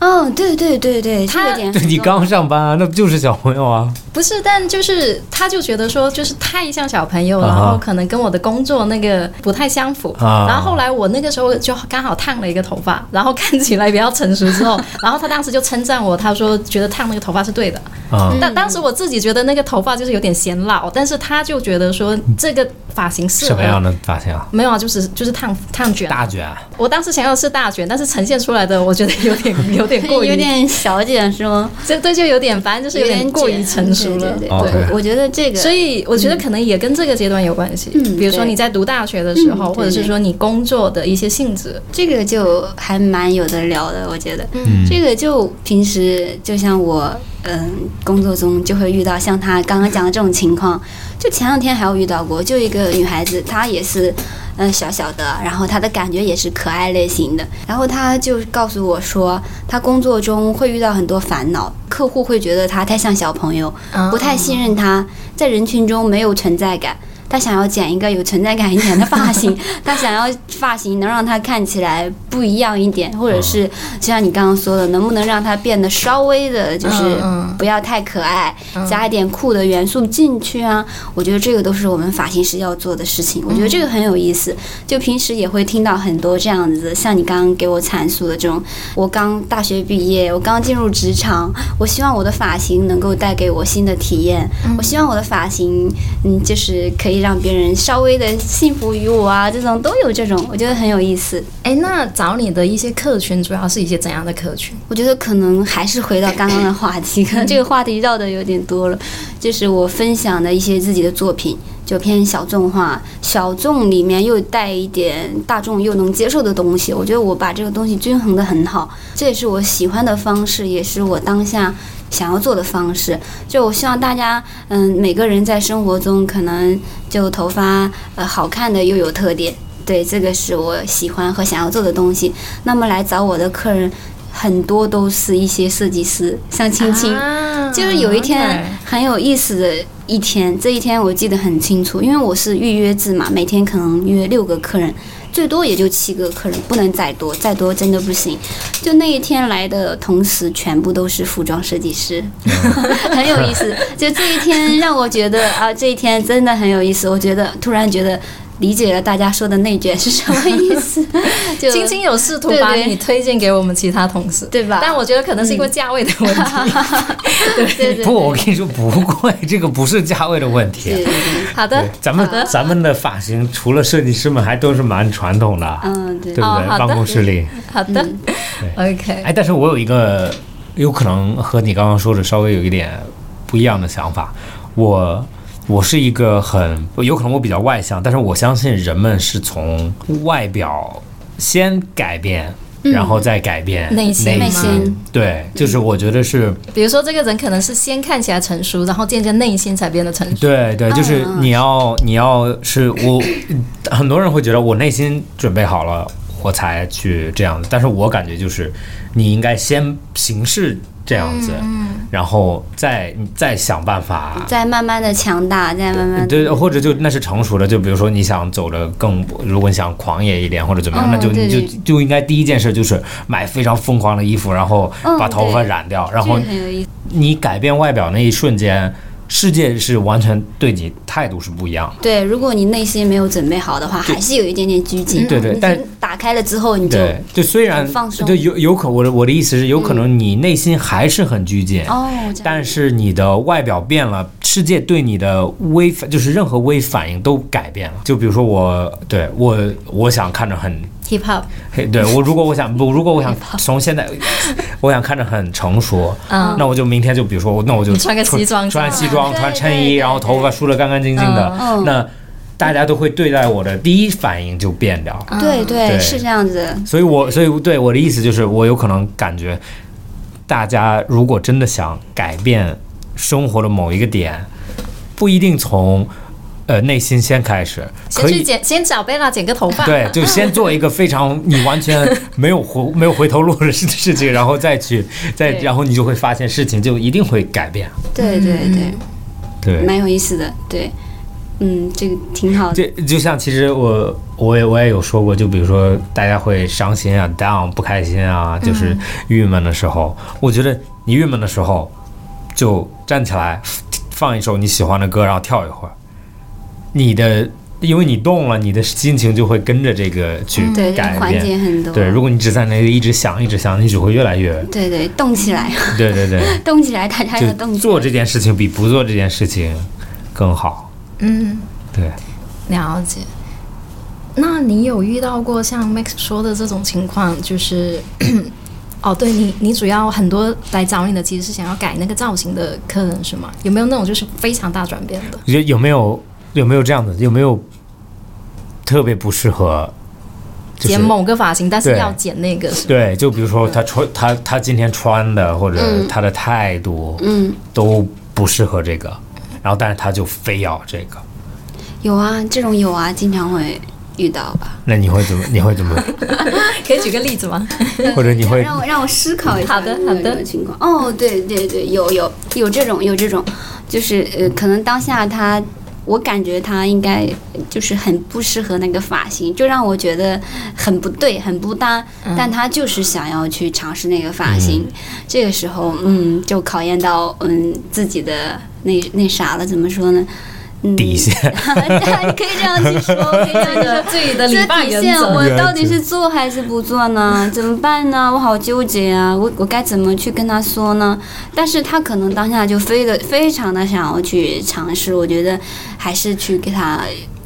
哦，对对对对，这
她
个点
对
很
你
重要
刚上班啊，那不就是小朋友啊？
不是，但就是他就觉得说就是太像小朋友，
啊哈
然后可能跟我的工作那个不太相符。
啊
然后后来我那个时候就刚好烫了一个头发，然后看起来比较成熟之 后，然后他当时就称赞我，他说觉得烫那个头发是对的。
啊，
但当时我自己觉得那个头发就是有点显老，但是他就觉得说这个发型适
什么
合
样。的发型啊？
没有啊，就是就是烫烫卷。
大卷啊，
我当时想要的是大卷，但是呈现出来的我觉得有点 有点过于，
有点小点是吗？
这对就有点，反正就是有点过于
卷
成熟了。
对对对
哦
对，我我觉得这个，
所以我觉得可能也跟这个阶段有关系。
嗯
比如说
对
你在读大学的时候，
嗯对
或者是说你工作的一些性质，
这个就还蛮有的聊的，我觉得。
嗯
这个就平时就像我，嗯，工作中就会遇到像他刚刚讲的这种情况。就前两天还有遇到过，就一个女孩子，她也是，嗯，小小的，然后她的感觉也是可爱类型的。然后她就告诉我说，她工作中会遇到很多烦恼，客户会觉得她太像小朋友，
嗯
不太信任她，在人群中没有存在感。她想要剪一个有存在感一点的发型， 她想要发型能让她看起来不一样一点，或者
哦
是就像你刚刚说的，能不能让她变得稍微的，就是
嗯
不要太可爱，加一点酷的元素进去啊。我觉得这个都是我们发型师要做的事情。我觉得这个很有意思，就平时也会听到很多这样子的，像你刚刚给我阐述的这种，我刚大学毕业，我刚进入职场，我希望我的发型能够带给我新的体验，我希望我的发型，嗯，就是可以让别人稍微的信服于我啊，这种都有这种，我觉得很有意思。
哎、那找你的一些客群主要是一些怎样的客群？
我觉得可能还是回到刚刚的话题，可能这个话题绕的有点多了。就是我分享的一些自己的作品，就偏小众化，小众里面又带一点大众又能接受的东西。我觉得我把这个东西均衡的很好，这也是我喜欢的方式，也是我当下想要做的方式。就我希望大家，嗯，每个人在生活中可能就头发呃好看的又有特点。对，这个是我喜欢和想要做的东西。那么来找我的客人，很多都是一些设计师，像青青，
嗯
啊
就是有一天很有意思的一天，这一天我记得很清楚，因为我是预约制嘛，每天可能约六个客人，最多也就七个客人，不能再多，再多真的不行。就那一天来的同时，全部都是服装设计师，
嗯
很有意思。就这一天让我觉得啊，这一天真的很有意思，我觉得突然觉得。理解了大家说的内卷是什么意 思，就
青青有试图
对
把
对
你推荐给我们其他同事，
对吧
但我觉得可能是因为价位的问 题。
对对对，
不，我跟你说不贵，这个不是价位的问题啊。
对对对，
好的
对，咱们咱们的发型除了设计师们，还都是蛮传统的啊，
嗯对
对不
哦
对？
好的
办公室里，
好的，OK。
哎，但是我有一个有可能和你刚刚说的稍微有一点不一样的想法，我。我是一个很有可能我比较外向，但是我相信人们是从外表先改变，然后再改变
内心
内心
对，就是我觉得是
比如说，这个人可能是先看起来成熟，然后渐渐内心才变得成熟。
对对，就是
嗯
你要你要是我，很多人会觉得我内心准备好了，我才去这样子，但是我感觉就是你应该先行事这样子，
嗯
然后再再想办法。
再慢慢的强大，再慢慢地
对，或者就那是成熟的，就比如说你想走的更，如果你想狂野一点或者怎么样，
嗯
那就你
对
就
对
就应该第一件事就是买非常疯狂的衣服，然后
嗯
把头发
对
染掉，然
这
后
个很有意思。
你改变外表那一瞬间，世界是完全对你态度是不一样的。
对，如果你内心没有准备好的话，还是有一点点拘谨。
对对
你
但
先打开了之后，你就
对，就虽然
很放松
对有有可我的我的意思是，有可能你内心还是很拘谨，
哦，这样
但是你的外表变了，世世界对你的微反就是任何微反应都改变了。就比如说我对我我想看着很
，hip hop，
嘿，对我如果我想不如果我想从现在我想看着很成熟，
嗯
那我就明天就比如说我那我就
你穿个西装
穿
上
西装
对
穿衬
对
衣，
对
然后头发梳得干干净净的，
嗯
那大家都会对待我的第一反应就变掉了。
对对
对
是这样子的，
所以我，所以对我的意思就是，我有可能感觉，大家如果真的想改变生活的某一个点，不一定从呃内心先开始，
先
可
去
以。
剪，先找贝拉剪个头发，
对，就先做一个非常你完全没 有回没有回头路的事事情，然后再去再
对
然后你就会发现事情就一定会改变。
对对对，
对，
蛮有意思的，对，嗯，这个挺好的，
这就像其实我我也我也有说过，就比如说大家会伤心啊、down 不开心啊，就是郁闷的时候，我觉得你郁闷的时候就站起来放一首你喜欢的歌，然后跳一会儿，你的因为你动了，你的心情就会跟着这个去
对，这个
改
缓
变。
解很多，
对，如果你只在那里一直想、一直想，你只会越 来越……
对对，动起来，
对对对，
动起来，大家要动起
就
来，
做这件事情比不做这件事情更好。
嗯，
对。
了解。那你有遇到过像 Max 说的这种情况，就是， 哦，对你，你主要很多来找你的其实是想要改那个造型的客人是吗？有没有那种就是非常大转变的？
有有没有有没有这样子？有没有特别不适合？就是、
剪某个发型，但是
对
要剪那个是吗？
对，就比如说他穿他他今天穿的或者他的态度
嗯，
都不适合这个，然后但是他就非要这个，
有啊，这种有啊，经常会遇到吧，
那你会怎么？你会 怎么？
可以举个例子吗？
或 者你会
让我让我思考一下，
好的好的
情况，哦，对对对，有有有这种有这种，就是呃，可能当下他。我感觉他应该就是很不适合那个发型，就让我觉得很不对、很不搭。
嗯
但他就是想要去尝试那个发型，
嗯
这个时候，嗯，就考验到嗯自己的那那啥了，怎么说呢？嗯，
底线？
你 可以这样去说，可以 这样去说。
自己的
这
理发
底
原
线
则，
我到底是做还是不做呢？ 怎么办呢？我好纠结啊！我我该怎么去跟他说呢？但是他可能当下就非的非常的想要去尝试，我觉得还是去给他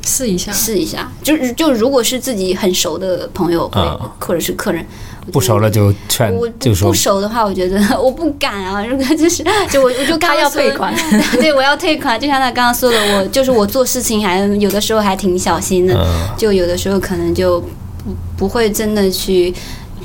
试一下。
试一下。就就如果是自己很熟的朋友，会
啊
嗯
或者是客人，
不熟了就劝
我
就
嗯不
说
不熟的话，我觉得 我不敢啊。如果就是就 我我就刚
他
刚
要
说
退款，
对，我要退款。就像他刚刚说的，我就是我做事情还有的时候还挺小心的，
嗯
就有的时候可能就不不会真的去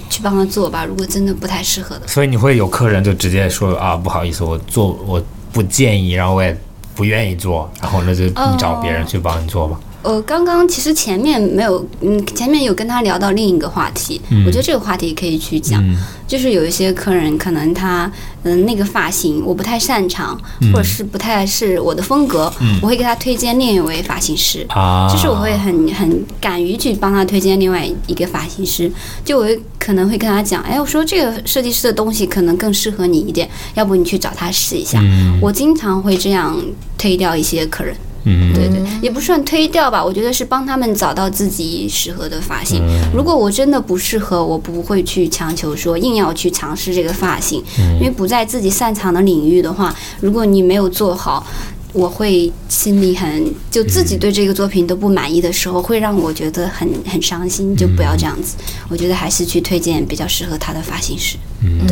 去帮他做吧。如果真的不太适合的话，
所以你会有客人就直接说啊，不好意思，我做我不建议，然后我也不愿意做，然后那就
哦
你找别人去帮你做吧。
呃，刚刚其实前面没有，嗯，前面有跟他聊到另一个话题，我觉得这个话题可以去讲。
嗯
就是有一些客人可能他嗯、那个发型我不太擅长，或者是不太是我的风格，我会给他推荐另一位发型师。
啊，
就是我会很很敢于去帮他推荐另外一个发型师，就我会可能会跟他讲，哎，我说这个设计师的东西可能更适合你一点，要不你去找他试一下。
嗯
我经常会这样推掉一些客人，
嗯
对对，也不算推掉吧，我觉得是帮他们找到自己适合的发型。如果我真的不适合，我不会去强求说硬要去尝试这个发型，因为不在自己擅长的领域的话，如果你没有做好。我会心里很就自己对这个作品都不满意的时候，会让我觉得很很伤心，就不要这样子。我觉得还是去推荐比较适合他的发型师。
嗯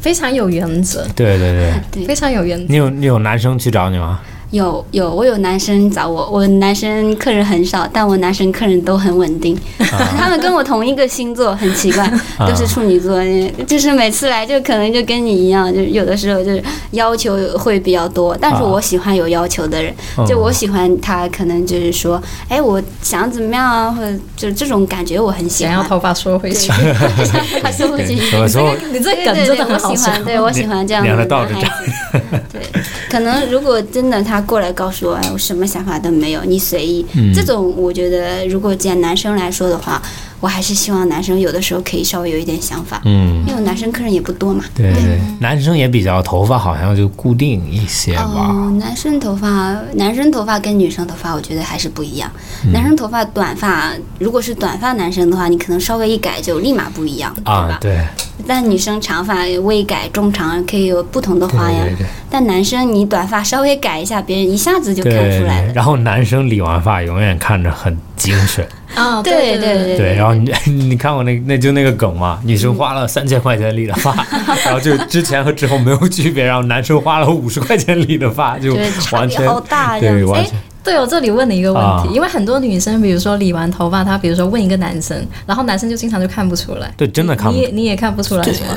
非常有原则，
对对对，
对
非常有原则。
你有你有男生去找你吗？
有有，我有男生找我，我男生客人很少，但我男生客人都很稳定，
啊
他们跟我同一个星座，很奇怪，都是处女座，就是每次来就可能就跟你一样，就有的时候就是要求会比较多，但是
啊嗯
我喜欢有要求的人，就我喜欢他，可能就是说，哎，我想怎么样啊，或者就这种感觉我很喜
想
欢
要。头发收回去，
对他说不清
对我说
你这
对
梗
对
真
对，
的很好
我喜
笑
欢，。对我喜欢这样
两
的
个倒着
男孩子对，可能如果真的他过来告诉我，哎，我什么想法都没有，你随意。
嗯
这种我觉得，如果讲男生来说的话，我还是希望男生有的时候可以稍微有一点想法，
嗯，
因为我男生客人也不多嘛。
对对，
嗯
男生也比较头发好像就固定一些吧。
哦，男生头发，男生头发跟女生头发，我觉得还是不一样。
嗯
男生头发短发，如果是短发男生的话，你可能稍微一改就立马不一样，对吧
啊，？对，
但女生长发未改、中长可以有不同的
对
花样。
对对，
但男生你短发稍微改一下，别人一下子就看
对
出来了。
然后男生理完发永远看着很精神，
哦，
对
对
对
对。然后你你 看过那那就那个梗嘛，女生花了三千块钱理的 发，然后就之前和之后没有区别，然后男生花了五十块钱理的发，就
就是差
完
别
全
好大这样
对
子。
完
哎
全。
对，我这里问你一个问题，
啊
因为很多女生，比如说理完头发，她比如说问一个男生，然后男生就经常就看不出来，
对真的看不
你也你也看不出来是吗？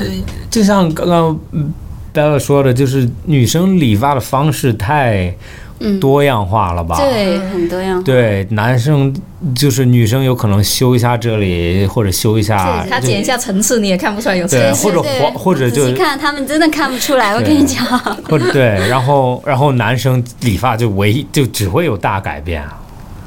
就像刚刚嗯 Bella 说的，就是女生理发的方式太
嗯
多样化了吧？
对，很多样。
对男生就是女生有可能修一下这里，或者修一下
她剪一下层次，你也看不出来有层
对
次。
或者
对
黄或者
仔细
就
看他们真的看不出来，我跟你讲，
或者对，然后然后男生理发就唯一就只会有大改变，啊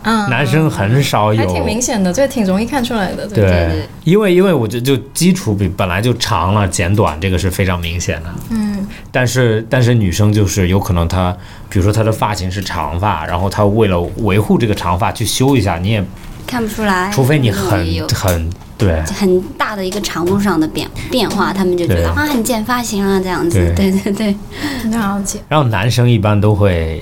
嗯，
男生很少
还
有。
挺明显的，这挺容易看出来的。嗯
对
对
对
因为因为我觉得就基础比本来就长了，剪短这个是非常明显的。
嗯，
但是但是女生就是有可能她，比如说她的发型是长发，然后她为了维护这个长发去修一下，你也
看不出来。
除非你
很
很
容易有
很对
很大的一个长度上的变变化，他们就觉
对
得啊，你剪发型啊，这样子。
对
对对对，
了解。
然后男生一般都会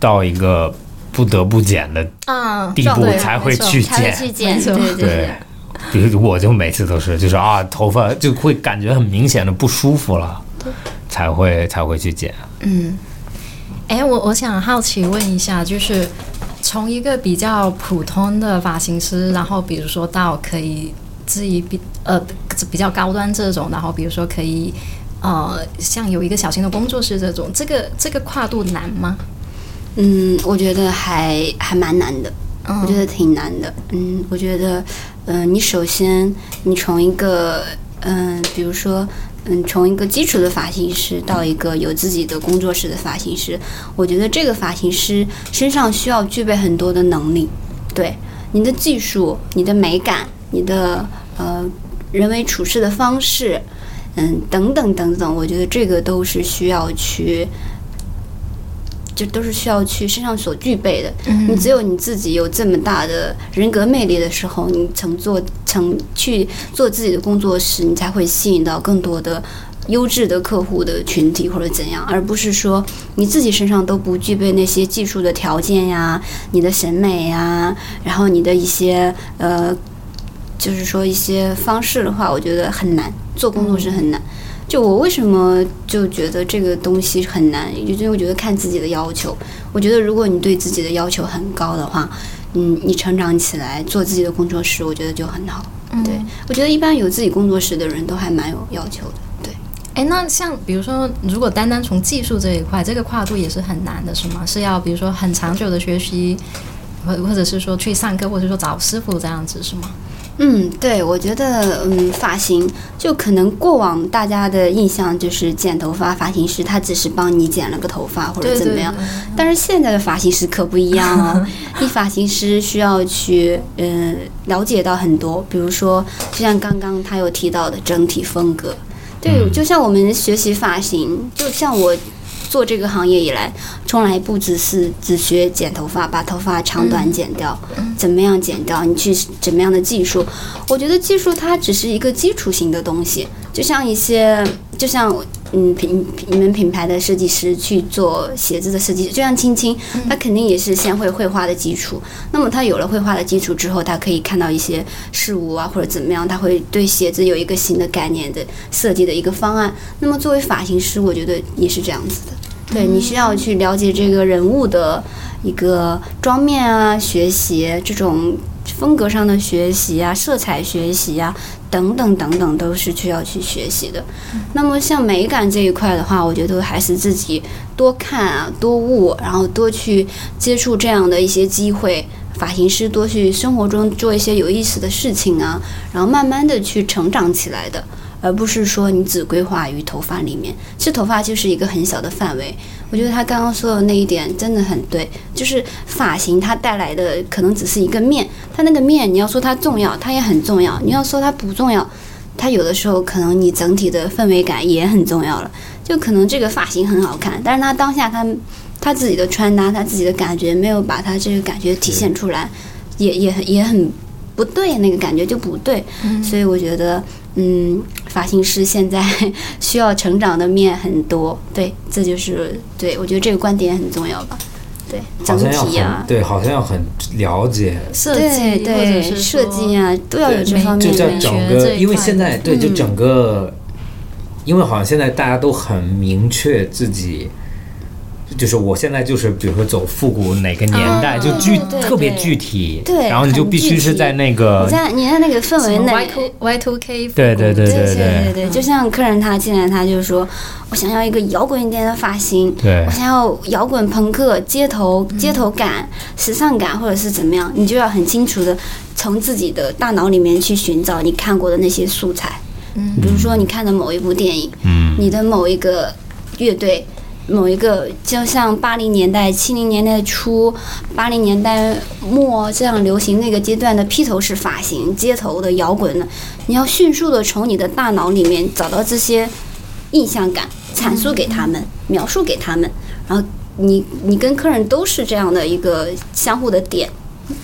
到一个不得不剪的
嗯，
地步
对
才会
没错
去
才
剪
会，去剪。
没错
对对
对。 比如我就每次都是，就是啊，头发就会感觉很明显的不舒服了，才会才会去剪。
嗯，哎，我我想好奇问一下，就是从一个比较普通的发型师，然后比如说到可以至于比呃比较高端这种，然后比如说可以呃像有一个小型的工作室这种，这个这个跨度难吗？
嗯，我觉得还还蛮难的，我觉得挺难的。嗯，我觉得，嗯、你首先你从一个，嗯、比如说，嗯，从一个基础的发型师到一个有自己的工作室的发型师，我觉得这个发型师身上需要具备很多的能力，对你的技术、你的美感、你的呃人为处事的方式，嗯，等等等等，我觉得这个都是需要去。这都是需要去身上所具备的。你只有你自己有这么大的人格魅力的时候，你曾做曾去做自己的工作时，你才会吸引到更多的优质的客户的群体或者怎样，而不是说你自己身上都不具备那些技术的条件呀、你的审美呀，然后你的一些呃，就是说一些方式的话，我觉得很难做工作室很难。就我为什么就觉得这个东西很难，因为我觉得看自己的要求。我觉得如果你对自己的要求很高的话，嗯，你成长起来做自己的工作室，我觉得就很好。对，我觉得一般有自己工作室的人都还蛮有要求的。对，
哎，那像比如说，如果单单从技术这一块，这个跨度也是很难的，是吗？是要比如说很长久的学习，或或者是说去上课，或者说找师傅这样子，是吗？
嗯，对，我觉得，嗯，发型就可能过往大家的印象就是剪头发，发型师他只是帮你剪了个头发或者怎么样，但是现在的发型师可不一样哦，你发型师需要去嗯、了解到很多，比如说就像刚刚他有提到的整体风格，对，就像我们学习发型，就像我做这个行业以来，从来不只是只学剪头发，把头发长短剪掉，怎么样剪掉，你去怎么样的技术，我觉得技术它只是一个基础型的东西，就像一些就像。嗯，品你们品牌的设计师去做鞋子的设计，就像青青，他肯定也是先会绘画的基础。那么他有了绘画的基础之后，他可以看到一些事物啊，或者怎么样，他会对鞋子有一个新的概念的设计的一个方案。那么作为发型师，我觉得也是这样子的。对你需要去了解这个人物的一个妆面啊、学习这种风格上的学习啊、色彩学习啊等等等等，都是需要去学习的。那么像美感这一块的话，我觉得还是自己多看啊、多悟，然后多去接触这样的一些机会。发型师多去生活中做一些有意思的事情啊，然后慢慢的去成长起来的，而不是说你只规划于头发里面。其实头发就是一个很小的范围。我觉得他刚刚说的那一点真的很对，就是发型它带来的可能只是一个面，它那个面你要说它重要，它也很重要；你要说它不重要，它有的时候可能你整体的氛围感也很重要了。就可能这个发型很好看，但是他当下他他自己的穿搭，他自己的感觉没有把他这个感觉体现出来，也也很也很不不对，那个感觉就不对。所以我觉得，嗯，发型师现在需要成长的面很多。对，这就是对我觉得这个观点很重要吧。对，整
好像要
体啊
很，对，好像要很了解，
设
对
计或者
对，
是
设计
啊，
啊，都要有
对
这
美
方
就
面
叫
美
的。
整
学
个，
这一
因为
块
现在对，
嗯
就整个，因为好像现在大家都很明确自己。就是我现在就是，比如说走复古哪个年代，
啊
就具
对对
特别
对
具体，
对
然后你就
很
必须
具
是
体
在那个
你在你在那个氛
什
围
么
内，
Y two Y two K，
对对对
对
对
对
嗯
对，就像客人他进来，他就说，我想要一个摇滚一点的发型，
对嗯
我想要摇滚朋克、街头街头感、时尚感，或者是怎么样，你就要很清楚的从自己的大脑里面去寻找你看过的那些素材，嗯，比如说你看的某一部电影，
嗯，
你的某一个乐队。某一个，就像八零年代、七零年代初、八零年代末这样流行那个阶段的披头士发型、街头的摇滚的，你要迅速的从你的大脑里面找到这些印象感，阐述给他们，描述给他们，然后你你跟客人都是这样的一个相互的点，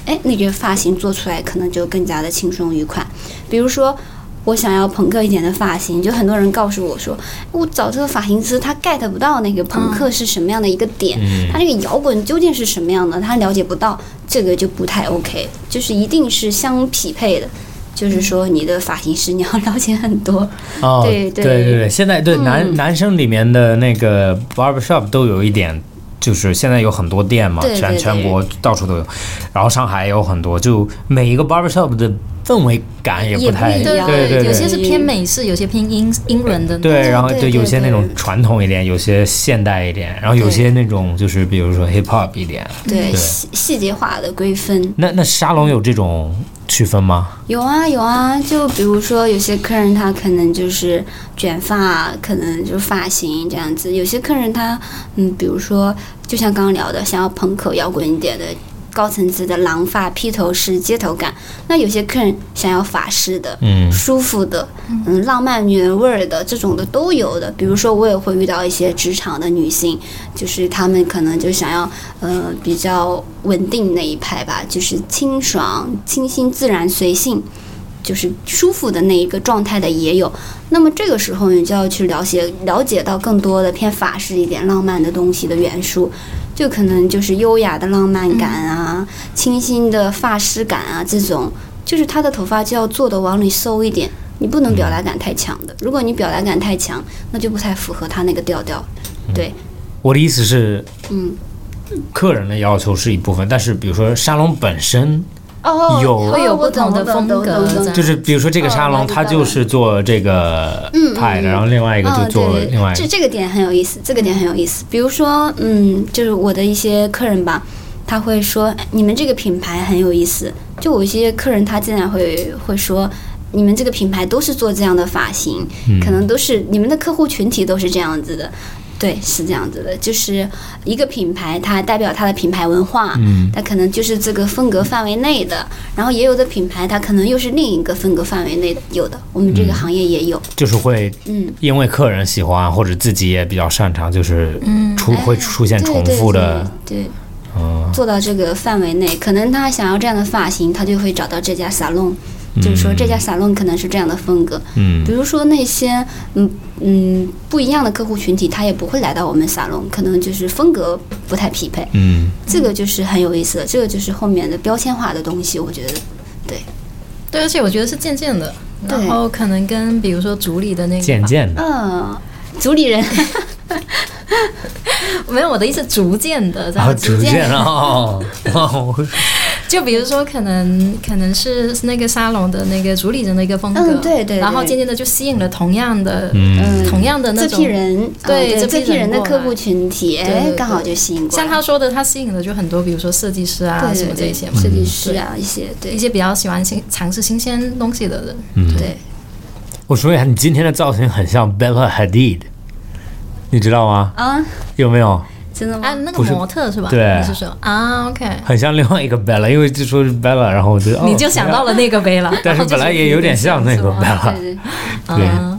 哎，那个发型做出来可能就更加的轻松愉快。比如说，我想要朋克一点的发型，就很多人告诉我说，我找这个发型师他 get 不到那个朋克是什么样的一个点，
嗯
他那个摇滚究竟是什么样的，他了解不到，这个就不太 OK，就是一定是相匹配的。就是说，你的发型师你要 了解很多，
哦，
对嗯对
对对对，现在对男、男生里面的那个 barber shop 都有一点，就是现在有很多店嘛，
对对
全
对
全国到处都有，然后上海也有很多，就每一个 barber shop 的氛围感也
也
不
不
太
一
对
样
对对
有
对
些是偏美式，有些偏英英伦的那种。
对，然后
对
就
对
有些
对
那种传统一点，有些现代一点，然后有些那种就是比如说 hip hop 一点。
对
对
细细节化的规分。
那那沙龙有这种区分吗？
有啊有啊，就比如说有些客人他可能就是卷发，可能就是发型这样子；有些客人他嗯，比如说就像刚刚聊的，想要朋克摇滚一点的。高层次的狼发、披头士、街头感，那有些客人想要法式的、
嗯
舒服的、嗯，浪漫女人味儿的这种的都有的。比如说，我也会遇到一些职场的女性，就是她们可能就想要呃比较稳定那一派吧，就是清爽、清新、自然、随性，就是舒服的那一个状态的也有。那么这个时候，你就要去了解了解到更多的偏法式一点、浪漫的东西的元素，就可能就是优雅的浪漫感啊、清新的发丝感啊这种，就是他的头发就要做的往里收一点。你不能表达感太强的，如果你表达感太强，那就不太符合他那个调调。对，
我的意思是，
嗯，
客人的要求是一部分，但是比如说沙龙本身
哦
有
会有不同的风格
嗯
这样
就是比如说这个沙龙，
哦
它
那就
就是做这个
嗯嗯
派的，
嗯
然后另外一个就
哦、
做
对对
另外一
这
个。
这个点很有意思，这个点很有意思。比如说，嗯，就是我的一些客人吧，他会说哎你们这个品牌很有意思。就我一些客人，他竟然会会说。你们这个品牌都是做这样的发型，
嗯
可能都是你们的客户群体都是这样子的，对，是这样子的，就是一个品牌，它代表它的品牌文化，
嗯，
它可能就是这个风格范围内的，然后也有的品牌它可能又是另一个风格范围内的，有的，我们
嗯
这个行业也有，
就是会
嗯
因为客人喜欢或者自己也比较擅长，就是出会出现
对
重复的，
嗯哎对对对
嗯，
做到这个范围内，可能他想要这样的发型，他就会找到这家沙龙，就是说这家沙龙可能是这样的风格。
嗯
比如说那些嗯嗯不一样的客户群体，他也不会来到我们沙龙，可能就是风格不太匹配。
嗯，
这个就是很有意思的，这个就是后面的标签化的东西，我觉得。
对，而且我觉得是渐渐的，
对
然后可能跟比如说组里的那个吧
渐渐的，
嗯， 主理人
没有我的意思，逐渐的这
然
样
后啊逐
子。
渐哦，哦，
就比如说，可能可能是那个沙龙的那个主理人的一个风格，
嗯对对对
然后渐渐的就吸引了同样的、
嗯，
嗯
同样的那
这
种
批。人，
对
啊
这
对
批
这批
人
人的
过
客
来
户群体，
对
哎
对，
刚好
对
就吸引过来
像
了。
他说的，他吸引的就很多，比如说设计师啊
对
什么
对
这
对，
些嘛，
设计师啊一些，对
一些比较喜欢新尝试新鲜东西的人。
嗯
对。
我说一下，你今天的造型很像 Bella Hadid，你知道吗？
啊，
有没有？
真的
啊，
吗？
那个
不是
模特是吧？
对
你是说啊？OK，
很像另外一个 Bella，因为就说是 Bella，然后我就、哦、
你就想到了那个杯了，
但
然
是
后就
本来也有点像那个
是吗
啊
嗯
Bella，
对对，
对
啊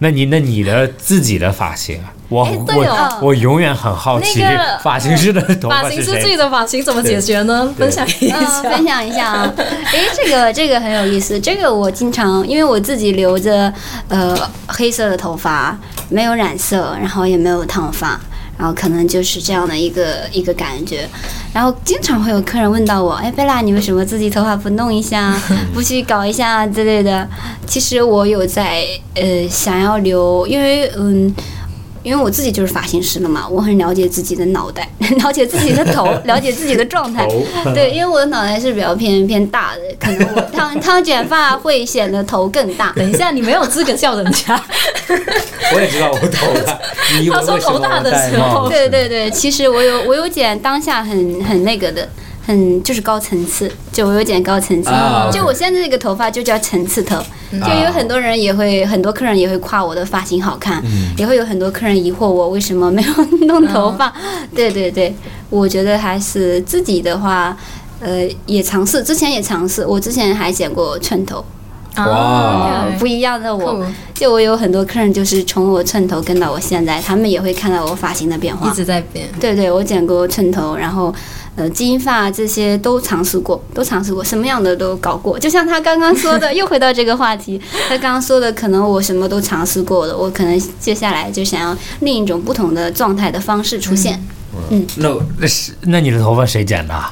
那你那你的自己的发型，啊我
哎对哦
我我永远很好奇
那个 嗯
发型师的头
发
发
型
是
师自己
谁。
的发型怎么解决呢？
对
分享一
嗯，
下。
分享一下啊！诶，这个这个很有意思，这个我经常因为我自己留着呃黑色的头发，没有染色，然后也没有烫发，然后可能就是这样的一个一个感觉。然后经常会有客人问到我，哎，贝拉，你为什么自己头发不弄 一下，不去搞一下之类的？其实我有在呃想要留，因为嗯。因为我自己就是发型师了嘛，我很了解自己的脑袋， 了解自己的头，了解自己的状态。 对，因为我的脑袋是比较偏偏大的，可能我烫烫卷发会显得头更大。
等一下，你没有资格笑人家。
我也知道我头 大，你以为
他说
为什
头
么
大
我
的
戴
时候
帽子
对对对，其实我有我有剪当下很很那个的，很就是高层次，就我有剪高层次，
啊
就我现在这个头发就叫层次头，就有很多人也会很多客人也会夸我的发型好看，也会有很多客人疑惑我为什么没有 弄头发。对对对，我觉得还是自己的话。呃，也尝试，之前也尝试，我之前还剪过寸头，
哇
啊
不一样的我
酷，
就我有很多客人就是从我寸头跟到我现在，他们也会看到我发型的变化，
一直在变。
对对，我剪过寸头，然后呃金发这些都尝试过， 都尝试过，什么样的都搞过。就像他刚刚说的，又回到这个话题，他刚刚说的，可能我什么都尝试过了，我可能接下来就想要另一种不同的状态的方式出现。
嗯那那是那你的头发谁剪的啊？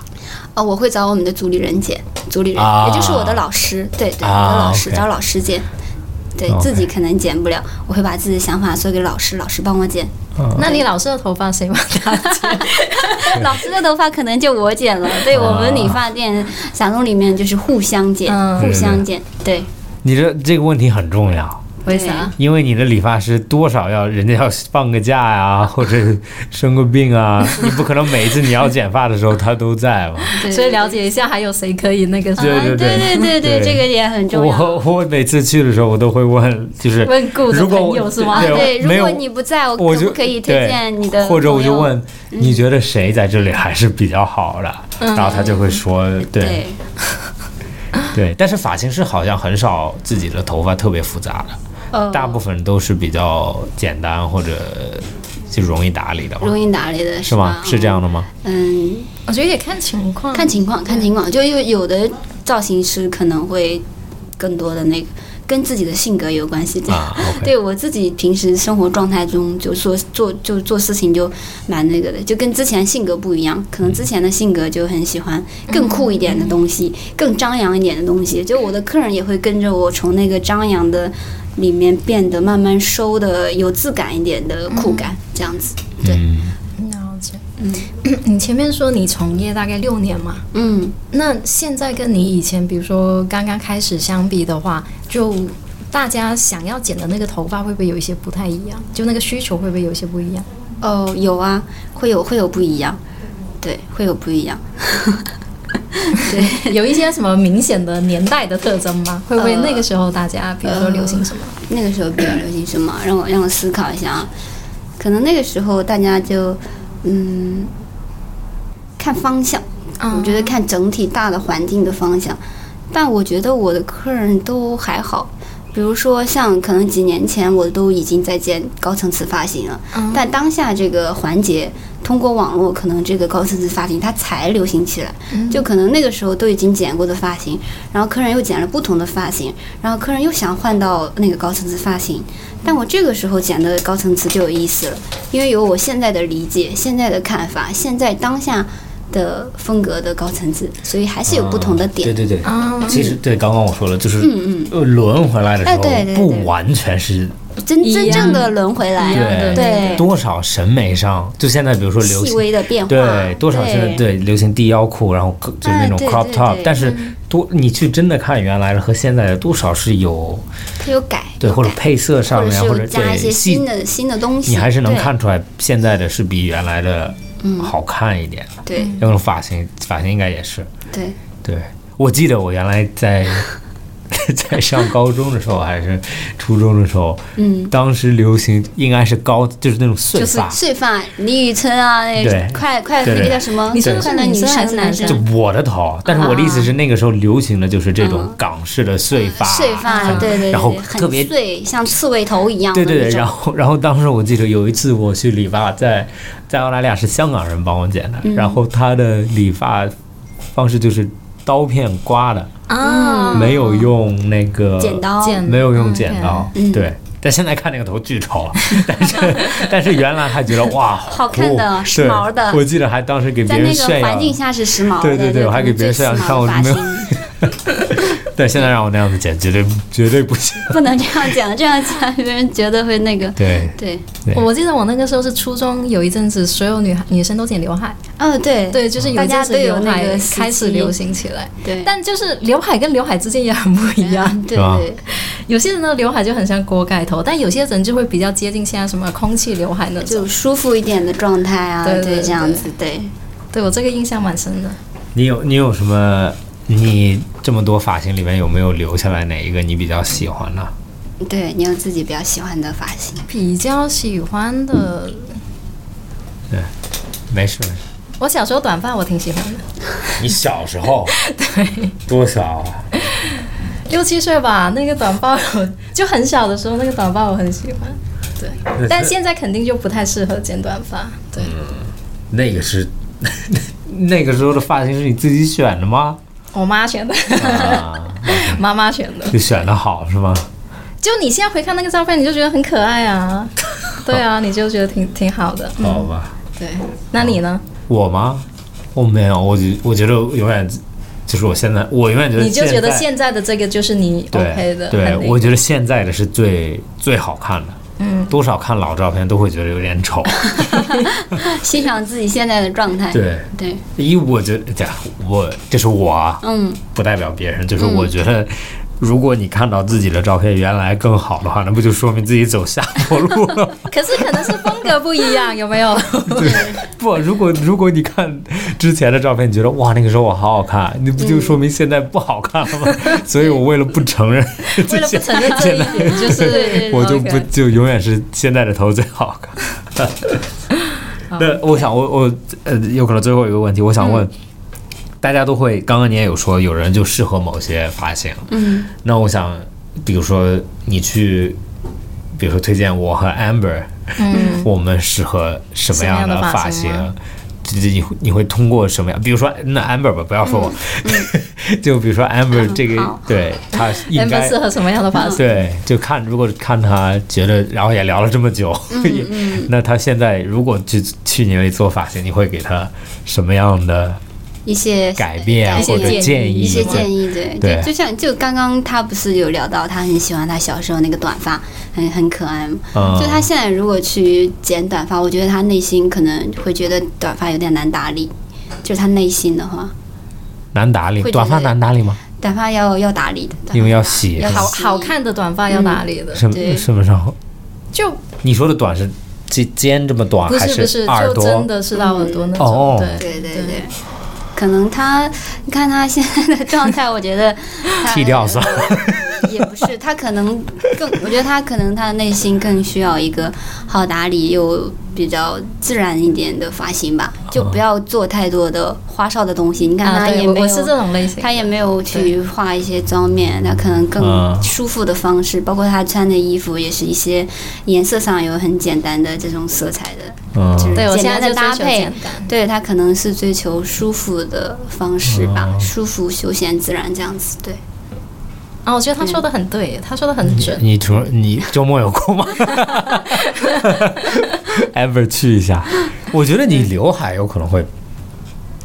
哦，我会找我们的主理人剪，主理人、
啊
也就是我的老师，对对，
啊
我的老师
OK
找老师剪。对
OK
自己可能剪不了，我会把自己的想法说给老师，老师帮我剪。
嗯
那你老师的头发谁帮他剪？
老师的头发可能就我剪了，对我们理发店沙龙里面就是互相剪，
嗯
互相剪，对。
你这这个问题很重要，
为啥？
因为你的理发师多少要人家要放个假呀、 或者生个病啊，你不可能每一次你要剪发的时候他都在 吧？
对
所以了解一下还有谁可以那个
对
对对对对，这个也很重要。
我我每次去的时候，我都会问，就是
问顾的
如果
朋
我
友是吗
啊，对，
没
如
有
果你不在，我
我
哦可
就
不可以推荐你的
对或者我就
朋友嗯
问、你觉得谁在这里还是比较好的，然后他就会说，对
对，
对但是发型师好像很少自己的头发特别复杂的，
哦
大部分都是比较简单或者就容易打理的吧，
容易啊打理的
是
吧
吗？？是这样的吗？
嗯，
我觉得也看情况，
看情况，看情况，就有有的造型师可能会更多的那个跟自己的性格有关系，这样。
啊，OK，
对我自己平时生活状态中，就说做就做事情就蛮那个的，就跟之前性格不一样。可能之前的性格就很喜欢更酷一点的东西，更张扬一点的东西。就我的客人也会跟着我从那个张扬的里面变得慢慢收的有质感一点的酷感，这样子。对，
嗯，
了解。嗯， 你前面说你从业大概六年嘛，
嗯，
那现在跟你以前，比如说刚刚开始相比的话，就大家想要剪的那个头发会不会有一些不太一样？就那个需求会不会有一些不一样？
哦，有啊，会有会有不一样，对，会有不一样。
有一些什么明显的年代的特征吗？会不会那个时候大家，比如说流行什么？
那个时候比较流行什么？让我让我思考一下啊。可能那个时候大家就嗯，看方向，
嗯
我觉得看整体大的环境的方向。但我觉得我的客人都还好，比如说像可能几年前我都已经在剪高层次发型了，但当下这个环节。通过网络，可能这个高层次发型它才流行起来，就可能那个时候都已经剪过的发型，然后客人又剪了不同的发型，然后客人又想换到那个高层次发型，但我这个时候剪的高层次就有意思了，因为有我现在的理解、现在的看法、现在当下的风格的高层次，所以还是有不同的点。嗯
对对对。
啊、
其实对，刚刚我说了，就是呃轮回来的时
哎
候
对对，对
不完全是
真
一样
真正的轮回来
一样的
了，对，
多少审美上，就现在比如说流
细
行，
微的变化，
对多少是对流行低腰裤，然后可就是那种
对
crop
对
top，
对嗯
但是多你去真的看原来的和现在的多少是有
它有改，
对
有
或者
改
配色上
或者
面啊
是
或
有
者
加一些
对
新
细，
的新的东西，
你还是能
对
看出来现在的是比原来的
嗯
好看一点，
对
那种发型发型应该也是
对。
对。我记得我原来在 在上高中的时候还是初中的时候，
嗯，
当时流行应该是高，就是那种碎
就是
发。
碎发，李宇春啊，那
对
个快快
对
那
对
个叫什么？
你说的是
快乐
女
女
生还
还
是
是
男
男
生
就我的头，啊但是我的意思是，那个时候流行的就是这种
嗯
港式的碎发，
碎发，
嗯
对对对，
然后
很
特别
碎，像刺猬头一样的
对
那种。
对对，然后然后当时我记得有一次我去理发，在在澳大利亚是香港人帮我剪的，
嗯
然后他的理发方式就是刀片刮的，
啊，
没有用那个
嗯剪，刀，
剪
没有用剪刀，
嗯
对。但现在看那个头巨丑，啊 但是但是原来还觉得哇，好
好看的
酷
时髦的
对我记得还当时给别
在
人
那
炫
个
耀
环，境下是时髦的，
对对对
就
我还
可
给
能
别人
最
炫耀
时髦
看我
的发
没有
型
对，现在让我那样子剪，绝对绝对不 行。
不能这样讲，这样讲别人觉得会那个。
对，
对，
对
我记得我那个时候是初中有一阵子，所有女孩女生都剪刘海，
哦对
对，就是有一阵子
大家都有
刘海
那个时期
开始流行起来，
对，
但就是刘海跟刘海之间也很不一样。
对
是吧
对
有些人的刘海就很像锅盖头，但有些人就会比较接近现在什么空气刘海那
就
种。
舒服一点的状态啊，
对对对
这样子，对。
对我这个印象蛮深的。
你有你有什么？你这么多发型里面有没有留下来哪一个你比较喜欢呢？
对你有自己比较喜欢的发型，
比较喜欢的，
没事没事。
我小时候短发我挺喜欢的，
你小时 候
对，
多小啊？
六七岁吧，那个短发我就很小的时候那个短发我很喜欢，对，但现在肯定就不太适合剪短发，对，
嗯那个是 那个时候的发型是你自己选的吗？
我妈选的，
啊，
妈妈选的。
就选的好是吗？
就你现在回看那个照片，你就觉得很可爱 啊，对啊，你就觉得挺挺好的，
好吧，
对。那你呢？
嗯我吗？我没有，我觉我觉得永远就是我现在，我永远觉得
你就觉得
在
现在的这个就是你
对
OK 的，
对
很，那
我
个
觉得现在的是最最好看的。嗯，多少看老照片都会觉得有点 丑。
欣赏自己现在的状态。
对，
对，
一我觉得，这我这是我啊，
嗯，
不代表别人，就是我觉得。如果你看到自己的照片原来更好的话，那不就说明自己走下坡路了吗？
可是可能是风格不一样，有没 有？
不，如果如果你看之前的照片，你觉得哇那个时候我好好看，那不就说明现在不好看了吗？ 所以我为了不承认
为
这些，
了不承认这一点，就
对
是
我就不
OK
就永远是现在的头最好看。那我想我我呃，有可能最后一个问题，我想
嗯
问，大家都会，刚刚你也有说，有人就适合某些发型，嗯，那我想，比如说你去，比如说推荐我和 Amber，嗯， 我们适合什么样
什么样的
发
发型啊吗
这这你会你会通过什么样？比如说那 Amber 吧，不要说我，
嗯
就比如说 Amber 这个，
好
对她应该
，amber 适合什么样的发
嗯
型？
对，就看如果看他觉得，然后也聊了这么久，
嗯
也那他现在如果去去你那里做发型，你会给他什么样的
一些
改变
一些
或者
建议
建议？
一些建
议，
议，对，
对
就就像就刚刚他不是有聊到，他很喜欢他小时候那个短发，很很可爱嘛。
嗯
就他现在如果去剪短发，我觉得他内心可能会觉得短发有点难打理，就是他内心的话，
难打理，
会觉
短发
得
难打理吗？
短发要要打理的。短发
因为要洗
要
是
好
吗？
好看的短发要哪里的？
什么
对
什么时候？
就
你说的短是肩肩这么短，
不
还
是不是，
耳
就
朵
真？的是到耳朵那
哦
种，对。
对对对，可能他，你看他现在的状态，我觉得他
剃掉算了，
也不是，他可能更，我觉得他可能他的内心更需要一个好打理又比较自然一点的发型吧，就不要做太多的花哨的东西。你看
嗯啊，
他
对，
也
我
没有，
我是这种类型。
他也没有去画一些妆面，他可能
嗯
更舒服的方式，包括他穿的衣服也是一些颜色上有很简单的这种色彩的，
嗯
就是
对我
简
现在就
单的
追
搭
求
配
简。单。
对他可能是追求舒服的方式吧，
嗯
舒服、休闲、自然这样子。对，
啊，我觉得
嗯
他说的很对，他说的很准。
你除你周末有 空吗 ？Ever 去一下，我觉得你刘海有可能会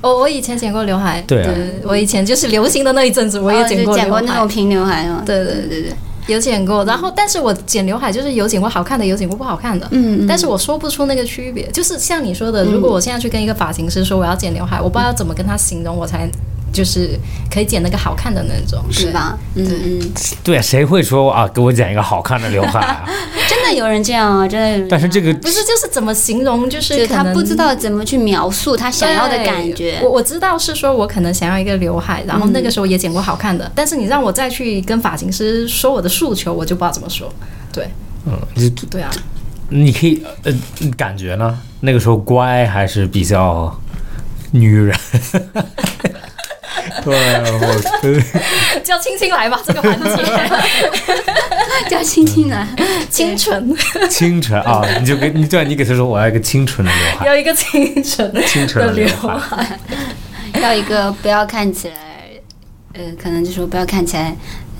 我我以前剪过刘海，
对啊
我以前就是流行的那一阵子，我也
哦
剪
就
过
剪
刘
过那
海
种，平刘海嘛。
对对
对对对，
有剪过。然后，但是我剪刘海就是有剪过好看的，有剪过不好看的。
嗯嗯
但是我说不出那个区别，就是像你说的，如果我现在去跟一个发型师说我要剪刘海，我不知道怎么跟他形容，我才就是可以剪那个好看的那种，
是
对？
吧？嗯嗯，
对，谁会说啊？给我剪一个好看的刘海啊？
真的有人这样啊，真的有人样。
但是这个
不是就是怎么形容，就
就是是
可
他
能
不知道怎么去描述他想要的感觉嗯
对。我我知道是说我可能想要一个刘海，然后那个时候也剪过好看的，但是你让我再去跟发型师说我的诉求，我就不知道怎么说。对，
嗯，就
对 啊，
你可以呃，感觉呢？那个时候乖还是比较女人。 对，我
叫青青来吧，这个环节，
叫青青来，
清纯，
清纯啊，你就给你对，你给他说我 要一个清纯的刘海，
要一个清纯
清纯
的
的
刘
刘
海。
海，
要一个不要看起来，呃，可能就说不要看起来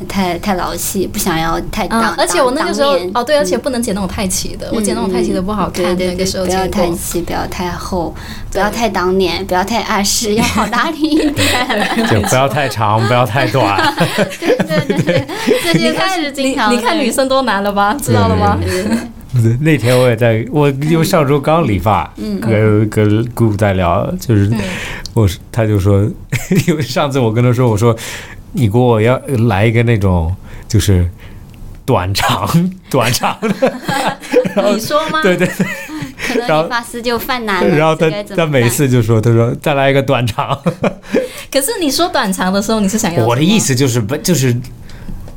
太太老气，不想要太
嗯
当。，
而且我那个时候
当面嗯
哦，对，而且不能剪那种太齐的，我剪那种太齐的不好看。
对对对
那个时候
不要
剪
太
过，
齐，不要太厚，不要太当脸，不要太碍事，要好打理一点。
就不要太长，不要太短。
对对对对，这些
你
都
看
是
你
经常哎嗯
你看女生多难了吧？知道了吗？
那天我也在，我因为上周刚理发，
嗯
跟跟姑姑在聊，就是我是他就说， 因为上次我跟他说，我说你给我要来一个那种就是短长 短长的，
你说吗？
对对
可能理发师就犯
啊
难了。
然后
这
他
该怎么
他每
办
次就说：“他说再来一个短长。
可是你说短长的时候，你是想”要
我的
什么
意思就是不就是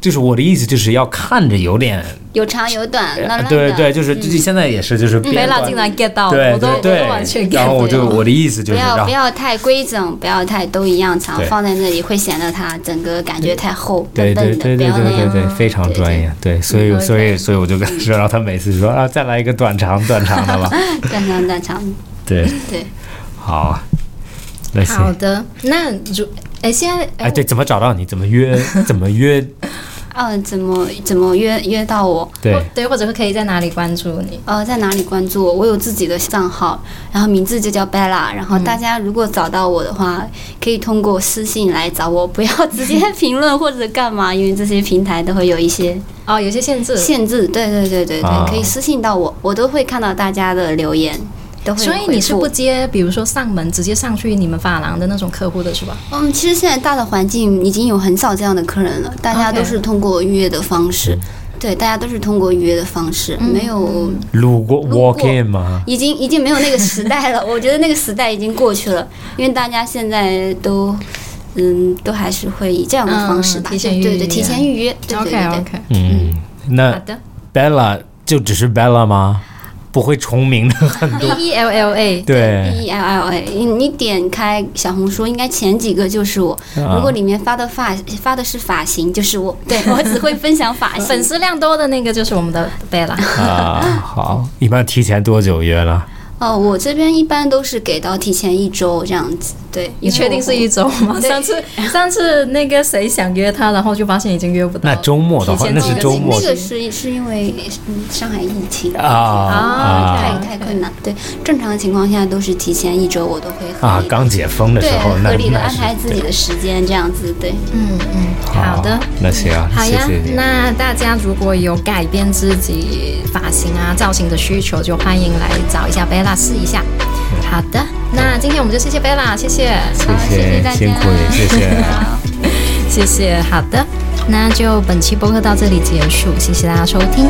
就是我的意思就是要看着有点，
有长有短，
啊
那那
哎对对，就是就是现在也是就是
嗯没
边
拉
短
进来 get 到，
对
我都我
对
都完全
对，
get
然后
不
我就
到。
我的意思就
不
是
要
让
不要太规整，不要太都一样长
对，
放在那里会显得它整个感觉太厚
对
笨
对
笨
对
的，不要
对对
那
对
样。
对，非常专业。对，所以所以所以我就跟他说，然后他每次说啊，再来一个短长短长 的吧。
短长短长，
对
对，
好，啊那
好
行。
的，那如哎，现在
哎，对，怎么找到你？怎么约？怎么约？
哦，怎么怎么约约到我？
对
或，对，或者是可以在哪里关注你？
呃，在哪里关注我？我有自己的账号，然后名字就叫 Bella。然后大家如果找到我的话，可以通过私信来找我，不要 直接评论或者干嘛，因为这些平台都会有一些
哦，有些限制，
限制。对对对对
啊
对，可以私信到我，我都会看到大家的留言，都会
所以你是
回复
不接，比如说上门直接上去你们发廊的那种客户的是吧？
嗯，其实现在大的环境已经有很少这样的客人了，大家
OK
都是通过预约的方式。对，大家都是通过预约的方式，
嗯
没有，
路过
过
walk in 吗？
已经已经没有那个时代了。我 觉得那个时代已经过去了，因为大家现在都，嗯，都还是会以这样的方式
嗯
吧，
提前预约
对对，提前预约，对对
OK
对
OK，
嗯，
好
那
的
Bella 就只是 Bella 吗？不会重名的很多。
，B E L L A，
对
对，
，B E L L A，你你点开小红书，应该前几个就是我。
啊
如果里面发的发发的是发型，就是我，对我只会分享发型，
粉丝量多的那个就是我们的贝拉。
啊，好，一般提前多久约了？
哦，我这边一般都是给到提前一周这样子，对。
你确定是一周吗？
对
上次上次那个谁想约他，然后就发现已经约不到。
那周末的话，
提前
那
多久
是周末
那个是是因为嗯上海疫情
啊啊
太太困难。对，正常情况下都是提前一周，我都会合
啊
理！地
刚解封的时
对
候，那
合理的
那
安
是
排自己的时间，这样子对。
嗯嗯，好的。，
那行啊，
好
谢
呀
谢你。
那大家如果有改变自己发型啊、造型的需求，就欢迎来找一下贝拉试一下。好的，那今天我们就谢谢贝拉，谢谢，
谢谢，辛苦你，谢谢。
谢谢。好的，那就本期播客到这里结束，谢谢大家收听，